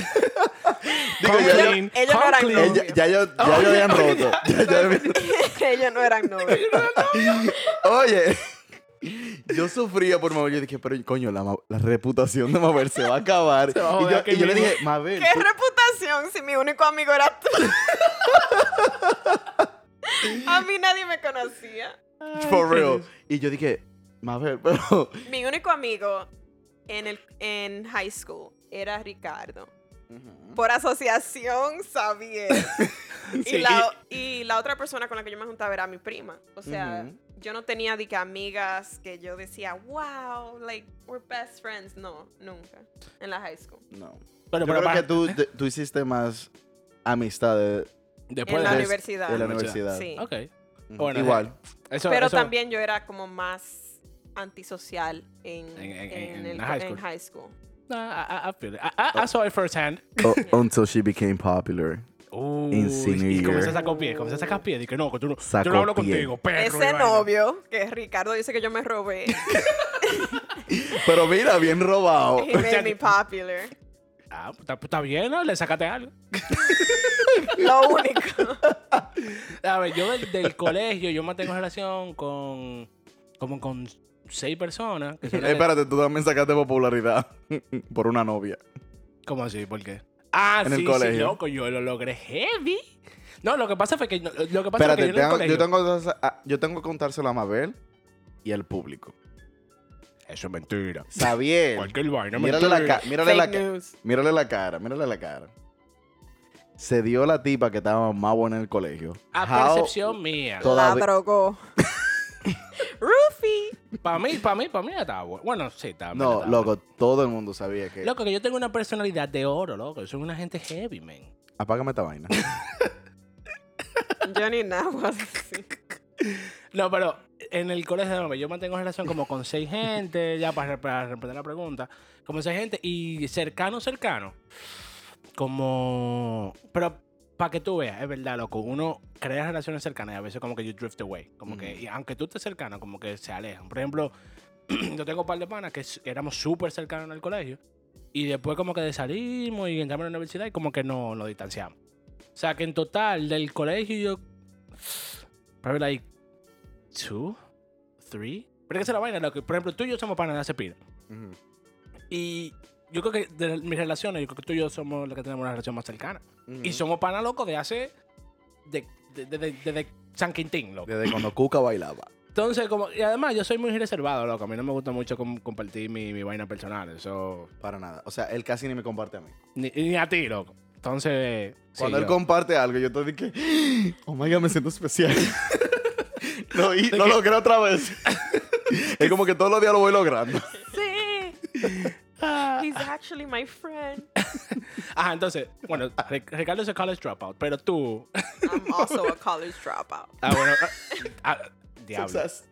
[SPEAKER 3] hablador! *laughs*
[SPEAKER 2] Digo, ya,
[SPEAKER 1] Ellos- Clean,
[SPEAKER 2] ya,
[SPEAKER 3] ellos no eran
[SPEAKER 1] clean.
[SPEAKER 3] novios.
[SPEAKER 2] ya, ya, yo- ya yo habían roto.
[SPEAKER 1] *laughs*
[SPEAKER 2] Ya yo habían-
[SPEAKER 3] Ellos no eran novios.
[SPEAKER 2] *laughs* Oye, yo sufría por Mabel. Yo dije, pero coño, la, ma- la reputación de Mabel se va a acabar.
[SPEAKER 1] va a
[SPEAKER 2] y
[SPEAKER 1] joder
[SPEAKER 2] yo,
[SPEAKER 1] aquí
[SPEAKER 2] y yo le
[SPEAKER 1] mismo.
[SPEAKER 2] dije, Mabel,
[SPEAKER 3] ¡Qué
[SPEAKER 2] tú-
[SPEAKER 3] reputación si mi único amigo era tú! *laughs* a mí nadie me conocía.
[SPEAKER 2] for real. Y yo dije, Mabel, pero. *laughs*
[SPEAKER 3] Mi único amigo en, el, en high school era Ricardo. Por asociación,
[SPEAKER 1] *laughs*
[SPEAKER 3] Xavier.
[SPEAKER 1] Sí,
[SPEAKER 3] y, la, y la otra persona con la que yo me juntaba era mi prima. O sea,
[SPEAKER 2] Ujú.
[SPEAKER 3] yo no tenía de que amigas que yo decía, wow, like, we're best friends. No, nunca. En la high school.
[SPEAKER 2] No.
[SPEAKER 1] Bueno, pero
[SPEAKER 2] Yo creo que
[SPEAKER 1] para-
[SPEAKER 2] tú, te- tú hiciste más amistades
[SPEAKER 1] después de
[SPEAKER 3] en la
[SPEAKER 2] de-
[SPEAKER 1] eso.
[SPEAKER 3] universidad.
[SPEAKER 2] de la
[SPEAKER 1] Universidad.
[SPEAKER 2] universidad.
[SPEAKER 3] Sí.
[SPEAKER 1] Ok.
[SPEAKER 2] Ujú.
[SPEAKER 1] Bueno, eh.
[SPEAKER 2] Igual.
[SPEAKER 1] Eso,
[SPEAKER 3] Pero
[SPEAKER 1] eso-
[SPEAKER 3] también yo era como más antisocial en,
[SPEAKER 1] En- en-
[SPEAKER 3] en
[SPEAKER 1] en
[SPEAKER 3] el-
[SPEAKER 1] la high
[SPEAKER 3] en
[SPEAKER 1] school.
[SPEAKER 3] high school.
[SPEAKER 1] Nah, Ah, I, I- I feel it. I, I-
[SPEAKER 2] Oh.
[SPEAKER 1] I saw it first hand.
[SPEAKER 2] O- until she became popular.
[SPEAKER 1] Uy,
[SPEAKER 2] In senior
[SPEAKER 1] y comencé a
[SPEAKER 2] year.
[SPEAKER 1] sacar pie, comencé a sacar pie. Dije, no, que tú no, yo no
[SPEAKER 2] Sacó
[SPEAKER 1] hablo
[SPEAKER 2] pie.
[SPEAKER 1] contigo, perro. y
[SPEAKER 3] Ese
[SPEAKER 1] vaina.
[SPEAKER 3] novio que Ricardo dice que yo
[SPEAKER 1] *laughs*
[SPEAKER 3] me robé *laughs*
[SPEAKER 2] Pero mira, bien
[SPEAKER 3] *laughs*
[SPEAKER 2] robado.
[SPEAKER 3] he made me popular.
[SPEAKER 1] Ah, pues, está, pues, está bien, ¿no? Le sacaste algo.
[SPEAKER 3] Lo único.
[SPEAKER 1] A ver, yo del, del colegio, yo mantengo relación con. como con seis personas. que son las
[SPEAKER 2] Eh,
[SPEAKER 1] que-
[SPEAKER 2] espérate, tú también sacaste popularidad *laughs* por una novia.
[SPEAKER 1] ¿Cómo así? ¿Por qué? Ah,
[SPEAKER 2] En el
[SPEAKER 1] sí, sí,
[SPEAKER 2] colegio.
[SPEAKER 1] loco, yo lo logré heavy. No, lo que pasa fue que. no, Lo que pasa fue que
[SPEAKER 2] Espérate,
[SPEAKER 1] yo en el
[SPEAKER 2] tengo- yo,
[SPEAKER 1] colegio.
[SPEAKER 2] tengo, dos- ah, yo tengo que contárselo a Mabel y al público.
[SPEAKER 1] Eso es mentira.
[SPEAKER 2] Xavier,
[SPEAKER 1] Cualquier vaina,
[SPEAKER 2] mírale la,
[SPEAKER 1] mentira.
[SPEAKER 2] ca- mírale, la
[SPEAKER 3] Fake
[SPEAKER 2] ca-
[SPEAKER 3] news.
[SPEAKER 2] mírale la cara, mírale la cara. Se dio la tipa que estaba más buena en el colegio.
[SPEAKER 1] A
[SPEAKER 2] How-
[SPEAKER 1] percepción mía.
[SPEAKER 2] Todavi-
[SPEAKER 1] *laughs*
[SPEAKER 3] La drogó. Rufy.
[SPEAKER 1] Para mí, para mí, para mí ya estaba bueno. Bueno, sí, estaba
[SPEAKER 2] No, loco, todo el mundo sabía que...
[SPEAKER 1] Loco, que yo tengo una personalidad de oro, loco. Yo soy una gente heavy, man.
[SPEAKER 2] Apágame
[SPEAKER 1] *laughs*
[SPEAKER 2] esta vaina.
[SPEAKER 3] Johnny *laughs* Nahuas. Sí.
[SPEAKER 1] No, pero en el colegio no, yo mantengo relación como con seis gente, ya para, para responder la pregunta, como seis gente y cercano, cercano. Como... Pero para que tú veas, es verdad, loco, uno crea relaciones cercanas y a veces como que you drift away. Como que,
[SPEAKER 2] Ujú.
[SPEAKER 1] y aunque tú estés cercano, como que se alejan. Por ejemplo, *clears throat* yo tengo un par de panas que s- éramos súper cercanos en el colegio y después como que salimos y entramos a la universidad y como que no nos distanciamos. O sea que en total del colegio yo... Probably like two, three. Pero esa es la vaina, loco. Por ejemplo, tú y yo somos panas de hace pila.
[SPEAKER 2] Ujú.
[SPEAKER 1] Y yo creo que de mis relaciones, yo creo que tú y yo somos los que tenemos una relación más cercana. Y
[SPEAKER 2] Ujú.
[SPEAKER 1] somos panas locos de hace. de- de- de- de- desde San Quintín, loco.
[SPEAKER 2] Desde cuando Cuca bailaba.
[SPEAKER 1] Entonces, como. Y además, yo soy muy reservado, loco. A mí no me gusta mucho com- compartir mi, mi vaina personal. Eso.
[SPEAKER 2] Para nada. O sea, él casi ni me comparte a mí.
[SPEAKER 1] Ni, ni a ti, loco. Entonces. sí,
[SPEAKER 2] Cuando él
[SPEAKER 1] yo-
[SPEAKER 2] comparte algo, yo te dije, *gasps* oh my god, me
[SPEAKER 1] *laughs*
[SPEAKER 2] siento especial. *laughs* lo, y,
[SPEAKER 1] ¿De
[SPEAKER 2] lo
[SPEAKER 1] qué?
[SPEAKER 2] logré
[SPEAKER 1] *laughs*
[SPEAKER 2] otra vez. es como que todos los días lo voy logrando.
[SPEAKER 1] Ah.
[SPEAKER 3] He's actually my friend.
[SPEAKER 1] Ajá, entonces. Bueno, Ric- Ricardo es a college dropout, pero tú. *laughs*
[SPEAKER 3] I'm also a college dropout.
[SPEAKER 1] Ah, bueno. ah, ah, diablo.
[SPEAKER 2] Success.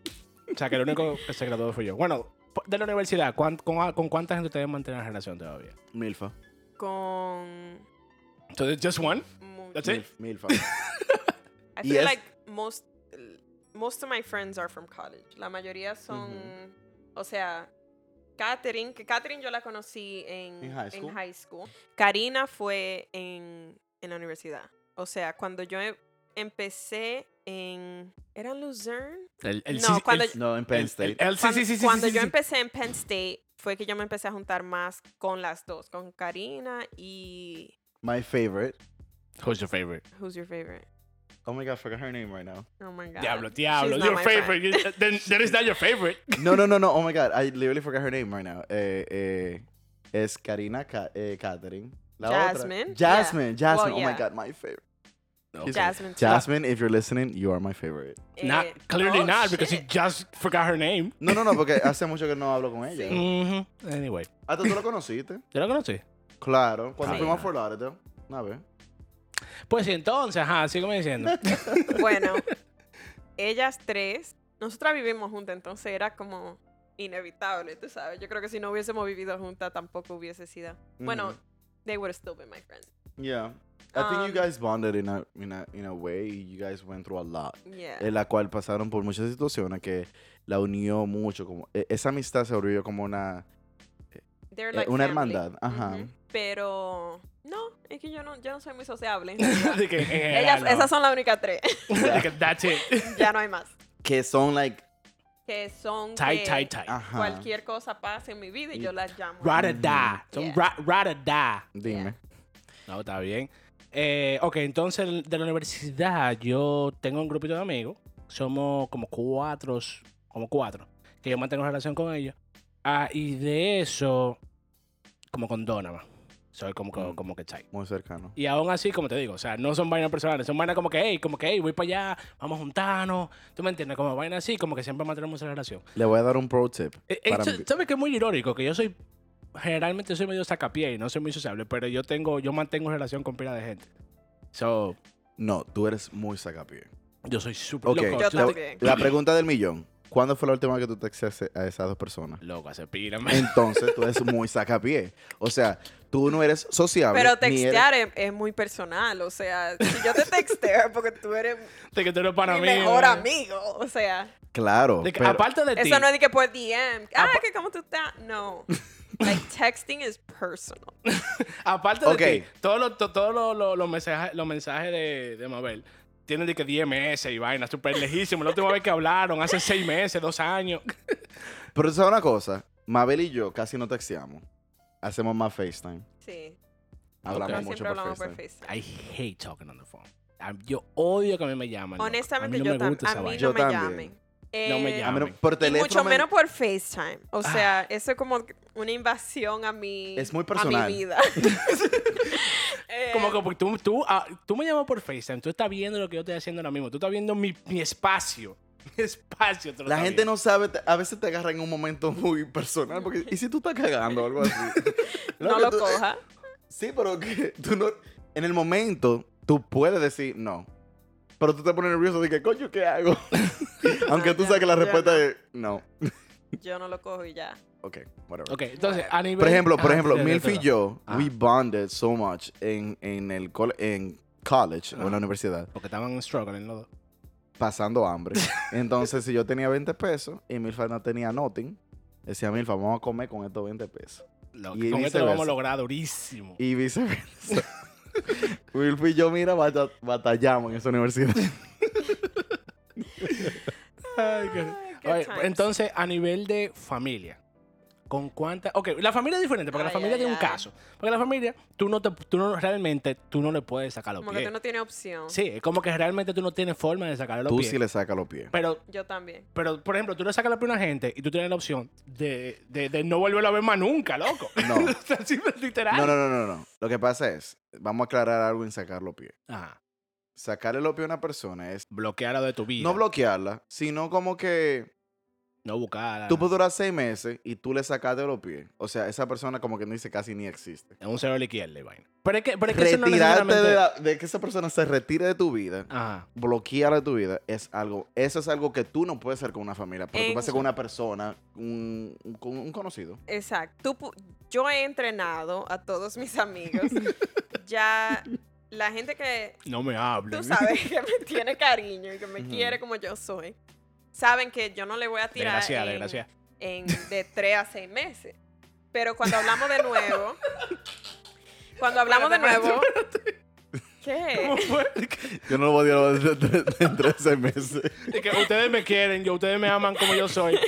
[SPEAKER 1] O sea, que el único que se graduó fue yo. Bueno, po- de la universidad, ¿cuán- con, ah, con cuánta gente ustedes mantienen la relación todavía?
[SPEAKER 2] Milfa.
[SPEAKER 3] Con
[SPEAKER 1] Entonces, just one.
[SPEAKER 3] mucho.
[SPEAKER 1] That's it.
[SPEAKER 2] Milf- Milfa.
[SPEAKER 3] I
[SPEAKER 2] Y
[SPEAKER 3] feel
[SPEAKER 2] es-
[SPEAKER 3] like most most of my friends are from college. La mayoría son, o sea, Katherine, que Katherine yo la conocí en,
[SPEAKER 2] En high school.
[SPEAKER 3] school. Karina fue en, en la universidad. O sea, cuando yo em- empecé en ¿era en Luzerne?
[SPEAKER 1] El, el
[SPEAKER 3] No,
[SPEAKER 1] sí-
[SPEAKER 3] cuando-
[SPEAKER 1] el-
[SPEAKER 2] no, en Penn State.
[SPEAKER 1] el- el- sí,
[SPEAKER 3] Cuan-
[SPEAKER 1] sí, sí, sí,
[SPEAKER 3] cuando
[SPEAKER 1] sí,
[SPEAKER 3] yo
[SPEAKER 1] sí.
[SPEAKER 3] empecé en Penn State fue que yo me empecé a juntar más con las dos, con Karina y
[SPEAKER 2] My favorite.
[SPEAKER 1] Who's your favorite?
[SPEAKER 3] Who's your favorite?
[SPEAKER 2] Oh my god, I forgot her name right now.
[SPEAKER 3] Oh my god.
[SPEAKER 1] Diablo, diablo.
[SPEAKER 3] She's not
[SPEAKER 1] Your
[SPEAKER 3] my
[SPEAKER 1] favorite. You- Then, then it's not your favorite.
[SPEAKER 2] No, no, no, no. Oh my god, I literally forgot her name right now. Eh, eh, es Karina Ka- eh, Catherine. La otra.
[SPEAKER 3] Jasmine, yeah.
[SPEAKER 2] Jasmine. Jasmine.
[SPEAKER 3] Well,
[SPEAKER 2] oh my
[SPEAKER 3] yeah.
[SPEAKER 2] God, my favorite.
[SPEAKER 1] No.
[SPEAKER 2] She's-
[SPEAKER 3] Jasmine.
[SPEAKER 2] Jasmine, if you're listening, you are my favorite.
[SPEAKER 3] Eh,
[SPEAKER 1] Not, clearly
[SPEAKER 3] oh,
[SPEAKER 1] not, because you
[SPEAKER 3] shit.
[SPEAKER 1] just forgot her name.
[SPEAKER 2] No, no, no, porque hace mucho que no hablo con ella.
[SPEAKER 3] Sí.
[SPEAKER 1] Mhm. Anyway,
[SPEAKER 2] Hasta tú lo conociste.
[SPEAKER 1] ¿yo la conocí?
[SPEAKER 2] Claro, cuando
[SPEAKER 3] Sí.
[SPEAKER 2] fuimos a Fort Lauderdale. Una vez.
[SPEAKER 1] Pues sí, entonces, ajá, sígueme diciendo.
[SPEAKER 2] *laughs*
[SPEAKER 3] Bueno, ellas tres, nosotras vivimos juntas, entonces era como inevitable, tú sabes. Yo creo que si no hubiésemos vivido juntas tampoco hubiese sido. Bueno,
[SPEAKER 2] Mhm.
[SPEAKER 3] they would still be my friends.
[SPEAKER 2] Yeah. I think you
[SPEAKER 3] Um,
[SPEAKER 2] guys bonded in a, in, a, in a way. You guys went through a lot.
[SPEAKER 3] Yeah.
[SPEAKER 2] En la cual pasaron por muchas situaciones que la unió mucho. Como, e- esa amistad se abrió como una...
[SPEAKER 3] They're
[SPEAKER 2] Eh,
[SPEAKER 3] like
[SPEAKER 2] una
[SPEAKER 3] family.
[SPEAKER 2] hermandad, ajá.
[SPEAKER 3] Ujú. Pero no, es que yo no, yo no soy muy
[SPEAKER 1] *laughs*
[SPEAKER 3] sociable. en realidad.
[SPEAKER 1] *laughs* De que, en
[SPEAKER 3] Ellas,
[SPEAKER 1] general, no.
[SPEAKER 3] esas son las únicas tres.
[SPEAKER 1] De que, that's
[SPEAKER 3] *laughs*
[SPEAKER 1] it.
[SPEAKER 3] ya no hay más.
[SPEAKER 2] Que son, like...
[SPEAKER 3] Que son
[SPEAKER 1] Tight,
[SPEAKER 3] que
[SPEAKER 1] tight, tight.
[SPEAKER 2] Ajá.
[SPEAKER 3] cualquier cosa pase en mi vida y yo las llamo.
[SPEAKER 1] Rada
[SPEAKER 2] Ujú.
[SPEAKER 1] da. Son
[SPEAKER 3] Yeah.
[SPEAKER 1] ra- rada da.
[SPEAKER 2] Dime.
[SPEAKER 1] No, está bien. Eh, ok, entonces de la universidad yo tengo un grupito de amigos. Somos como cuatro, como cuatro, que yo mantengo relación con ellos. Ah, y de eso, como con Donovan. Soy como, que-
[SPEAKER 2] Mm.
[SPEAKER 1] como que chai.
[SPEAKER 2] Muy cercano.
[SPEAKER 1] Y aún así, como te digo, o sea, no son vainas personales, son vainas como que, hey, como que, hey, voy para allá, vamos a juntarnos. ¿Tú me entiendes? Como vainas así, como que siempre mantenemos esa relación.
[SPEAKER 2] Le voy a dar un pro tip.
[SPEAKER 1] Eh, eh,
[SPEAKER 2] para
[SPEAKER 1] sa-
[SPEAKER 2] mí.
[SPEAKER 1] ¿Sabes qué es muy irónico? Que yo soy. Generalmente soy medio sacapié y no soy muy sociable, pero yo tengo, yo mantengo relación con pila de gente. So,
[SPEAKER 2] No, tú eres muy sacapié.
[SPEAKER 1] yo soy súper
[SPEAKER 2] Ok.
[SPEAKER 1] loco.
[SPEAKER 3] Yo
[SPEAKER 1] soy-
[SPEAKER 3] también.
[SPEAKER 2] La pregunta del millón. ¿Cuándo fue la última vez que tú texteaste a esas dos personas?
[SPEAKER 1] Loco, hace pila. man.
[SPEAKER 2] Entonces tú eres muy sacapié. O sea, tú no eres sociable.
[SPEAKER 3] Pero
[SPEAKER 2] ni eres-
[SPEAKER 3] textear es, es muy personal, o sea, si
[SPEAKER 1] *laughs*
[SPEAKER 3] yo te texteo es porque tú eres
[SPEAKER 1] De que tú eres para
[SPEAKER 3] mi
[SPEAKER 1] mí.
[SPEAKER 3] mejor
[SPEAKER 1] man.
[SPEAKER 3] amigo, o sea,
[SPEAKER 2] Claro.
[SPEAKER 1] De que
[SPEAKER 2] pero-
[SPEAKER 1] aparte de ti.
[SPEAKER 3] eso no es de que por DM, ah,
[SPEAKER 1] Apa-
[SPEAKER 3] que cómo tú estás,
[SPEAKER 1] *laughs*
[SPEAKER 3] no, like texting is personal.
[SPEAKER 1] Aparte de
[SPEAKER 2] Ok.
[SPEAKER 1] ti, todos los to- todos los- los- los mensajes, los mensajes de, de Mabel tienen de que 10 meses y vaina, súper lejísimo. La última vez que hablaron, hace 6 meses, 2 años.
[SPEAKER 2] Pero tú sabes una cosa, Mabel y yo casi no texteamos. Hacemos más FaceTime.
[SPEAKER 3] Sí,
[SPEAKER 2] Hablamos
[SPEAKER 1] Pero
[SPEAKER 3] nosotros
[SPEAKER 2] mucho
[SPEAKER 3] siempre
[SPEAKER 2] por
[SPEAKER 3] hablamos por
[SPEAKER 2] FaceTime.
[SPEAKER 3] FaceTime.
[SPEAKER 1] I hate talking on the phone. Ah, Yo odio que a mí me llaman. loco.
[SPEAKER 3] Honestamente,
[SPEAKER 1] a mí no
[SPEAKER 3] yo
[SPEAKER 1] me gusta
[SPEAKER 3] también,
[SPEAKER 1] esa
[SPEAKER 3] a mí
[SPEAKER 1] vaina.
[SPEAKER 2] Yo
[SPEAKER 3] no me
[SPEAKER 2] también.
[SPEAKER 3] llamen.
[SPEAKER 1] No me
[SPEAKER 3] Eh,
[SPEAKER 1] llamen.
[SPEAKER 2] A menos
[SPEAKER 1] Amén.
[SPEAKER 2] por
[SPEAKER 3] Y
[SPEAKER 2] teléfono.
[SPEAKER 3] mucho
[SPEAKER 2] me-
[SPEAKER 3] menos por FaceTime. O sea, eso es como una invasión a mi,
[SPEAKER 2] Es muy
[SPEAKER 3] A
[SPEAKER 2] personal.
[SPEAKER 3] mi vida. Eh,
[SPEAKER 1] *laughs* Como que porque tú, tú, ah, tú me llamas por FaceTime, tú estás viendo lo que yo estoy haciendo ahora mismo, tú estás viendo mi, mi espacio. *laughs* Mi espacio. te lo
[SPEAKER 2] La
[SPEAKER 1] estás
[SPEAKER 2] gente
[SPEAKER 1] viendo.
[SPEAKER 2] no sabe, te- a veces te agarra en un momento muy personal. Porque, ¿y si tú estás cagando o algo
[SPEAKER 3] *laughs*
[SPEAKER 2] así?
[SPEAKER 3] no
[SPEAKER 2] Loco,
[SPEAKER 3] lo
[SPEAKER 2] tú-
[SPEAKER 3] coja.
[SPEAKER 2] Sí, pero que tú no. En el momento, tú puedes decir no. Pero tú te pones nervioso de que, coño, ¿qué
[SPEAKER 3] *laughs*
[SPEAKER 2] hago? Aunque tú
[SPEAKER 3] ya,
[SPEAKER 2] sabes que la
[SPEAKER 3] ya
[SPEAKER 2] respuesta
[SPEAKER 3] no.
[SPEAKER 2] es no.
[SPEAKER 3] Yo no lo cojo y ya.
[SPEAKER 2] Ok, whatever.
[SPEAKER 1] Ok, entonces, a nivel.
[SPEAKER 2] Por ejemplo, por
[SPEAKER 1] Ah,
[SPEAKER 2] ejemplo,
[SPEAKER 1] sí, sí,
[SPEAKER 2] Milf
[SPEAKER 1] sí,
[SPEAKER 2] y yo,
[SPEAKER 1] Ah.
[SPEAKER 2] we bonded so much en, en el col- en college o en
[SPEAKER 1] Ajá.
[SPEAKER 2] la universidad,
[SPEAKER 1] Porque estaban struggling los dos.
[SPEAKER 2] pasando hambre. Entonces, si yo tenía 20 pesos y Milfa no tenía nothing, decía Milfa, vamos a comer con estos 20 pesos.
[SPEAKER 1] Loco,
[SPEAKER 2] Y
[SPEAKER 1] Con esto
[SPEAKER 2] viceversa.
[SPEAKER 1] lo vamos a lograr durísimo.
[SPEAKER 2] Y viceversa.
[SPEAKER 1] *laughs*
[SPEAKER 2] Milf y yo, mira, bata- batallamos en esa universidad.
[SPEAKER 1] Ay, qué-
[SPEAKER 3] Ay, good
[SPEAKER 1] Oye,
[SPEAKER 3] times.
[SPEAKER 1] entonces, a nivel de familia, ¿con cuántas? Ok, la familia es diferente, porque la
[SPEAKER 3] Ay,
[SPEAKER 1] familia
[SPEAKER 3] ay,
[SPEAKER 1] tiene un
[SPEAKER 3] ay.
[SPEAKER 1] caso. Porque la familia, tú no te, tú no, realmente, tú no le puedes sacar los
[SPEAKER 3] Como que
[SPEAKER 1] pies.
[SPEAKER 3] tú no tienes opción.
[SPEAKER 1] Sí, es como que realmente tú no tienes forma de sacarle los
[SPEAKER 2] Tú
[SPEAKER 1] pies.
[SPEAKER 2] sí le sacas los pies.
[SPEAKER 1] Pero
[SPEAKER 3] Yo también.
[SPEAKER 1] Pero, por ejemplo, tú le sacas la piel a una gente y tú tienes la opción de, de, de no volverlo a ver más nunca,
[SPEAKER 2] *laughs*
[SPEAKER 1] loco. *laughs*
[SPEAKER 2] No.
[SPEAKER 1] O sea, sí, literal.
[SPEAKER 2] No, no, no, no, no. Lo que pasa es, vamos a aclarar algo en sacar los pies.
[SPEAKER 1] Ajá.
[SPEAKER 2] Sacarle los pies a una persona es
[SPEAKER 1] Bloquearla de tu vida.
[SPEAKER 2] no bloquearla, sino como que
[SPEAKER 1] no buscarla.
[SPEAKER 2] Tú puedes durar seis meses y tú le sacaste los pies. O sea, esa persona como que no dice casi ni existe.
[SPEAKER 1] En un cero a la izquierda, y vaina. Pero es que, pero es que eso no
[SPEAKER 2] Retirarte de,
[SPEAKER 1] necesariamente-
[SPEAKER 2] la- de que esa persona se retire de tu vida,
[SPEAKER 1] Ajá.
[SPEAKER 2] bloquearla de tu vida, es algo, eso es algo que tú no puedes hacer con una familia, pero tú puedes hacer con una persona, un, un- con un conocido.
[SPEAKER 3] Exacto. Tú pu- yo he entrenado a todos mis amigos. ya la gente que
[SPEAKER 1] No me hables. *laughs*
[SPEAKER 3] tú sabes que me tiene cariño y que me
[SPEAKER 2] Ujú.
[SPEAKER 3] quiere como yo soy, saben que yo no le voy a tirar.
[SPEAKER 1] Desgraciada,
[SPEAKER 3] en-
[SPEAKER 1] desgraciada.
[SPEAKER 3] en de 3 a 6 meses. Pero cuando hablamos
[SPEAKER 1] *laughs*
[SPEAKER 3] de nuevo, cuando hablamos de
[SPEAKER 1] Espérate,
[SPEAKER 3] nuevo,
[SPEAKER 1] ¿Cómo
[SPEAKER 3] ¿qué?
[SPEAKER 1] fue? *laughs* De que-
[SPEAKER 2] Yo no lo voy a decir en 13 meses.
[SPEAKER 1] de que ustedes me quieren, yo, ustedes me aman como yo
[SPEAKER 2] *laughs*
[SPEAKER 1] soy.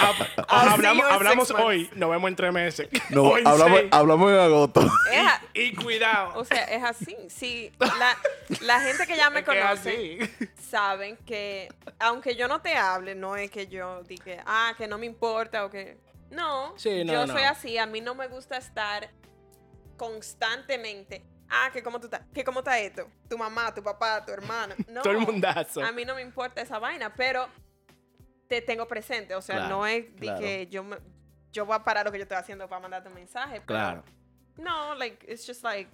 [SPEAKER 1] Hab-
[SPEAKER 3] I'll
[SPEAKER 1] hablamos
[SPEAKER 3] see you in
[SPEAKER 1] hablamos
[SPEAKER 3] six months.
[SPEAKER 1] hoy, nos vemos en tres meses. *laughs*
[SPEAKER 2] No,
[SPEAKER 1] O en
[SPEAKER 2] hablamos,
[SPEAKER 1] seis.
[SPEAKER 2] hablamos en agosto.
[SPEAKER 3] Es a-
[SPEAKER 1] Y cuidado.
[SPEAKER 3] o sea, es así. Si la, la gente que ya me
[SPEAKER 1] Es que es
[SPEAKER 3] conoce
[SPEAKER 1] así.
[SPEAKER 3] saben que aunque yo no te hable, no es que yo diga, ah, que no me importa o que... No,
[SPEAKER 1] Sí, no,
[SPEAKER 3] yo
[SPEAKER 1] no.
[SPEAKER 3] soy así, a mí no me gusta estar constantemente. Ah, que cómo tú estás, que cómo está esto, tu mamá, tu papá, tu hermana.
[SPEAKER 1] *laughs*
[SPEAKER 3] No,
[SPEAKER 1] Todo el mundazo.
[SPEAKER 3] a mí no me importa esa vaina, pero te tengo presente. O sea,
[SPEAKER 1] Claro,
[SPEAKER 3] no es de
[SPEAKER 2] claro.
[SPEAKER 3] que yo, me- yo voy a parar lo que yo estoy haciendo para mandarte un mensaje. pero
[SPEAKER 1] Claro.
[SPEAKER 3] No, like, it's just like,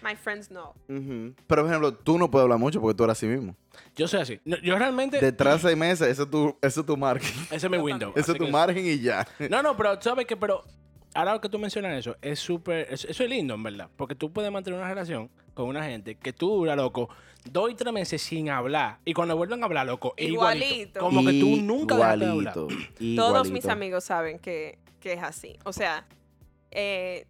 [SPEAKER 3] my friends know.
[SPEAKER 2] Ujú. Pero, por ejemplo, tú no puedes hablar mucho porque tú eres así mismo.
[SPEAKER 1] Yo soy así. No, yo realmente.
[SPEAKER 2] Detrás de seis meses, eso es tu, eso es tu margen.
[SPEAKER 1] *laughs* ese es mi
[SPEAKER 3] Yo
[SPEAKER 1] window.
[SPEAKER 2] Eso es
[SPEAKER 1] así
[SPEAKER 2] tu
[SPEAKER 1] que-
[SPEAKER 2] margen y ya.
[SPEAKER 1] No, no, pero sabes que, pero ahora que tú mencionas eso, es súper, es- eso es lindo, en verdad, porque tú puedes mantener una relación con una gente que tú dura, loco, dos y tres meses sin hablar, y cuando vuelven a hablar, loco, es igualito.
[SPEAKER 3] Igualito.
[SPEAKER 1] Como que tú nunca dejaste de hablar.
[SPEAKER 2] Igualito,
[SPEAKER 3] Todos
[SPEAKER 2] igualito.
[SPEAKER 3] mis amigos saben que, que es así. O sea, eh,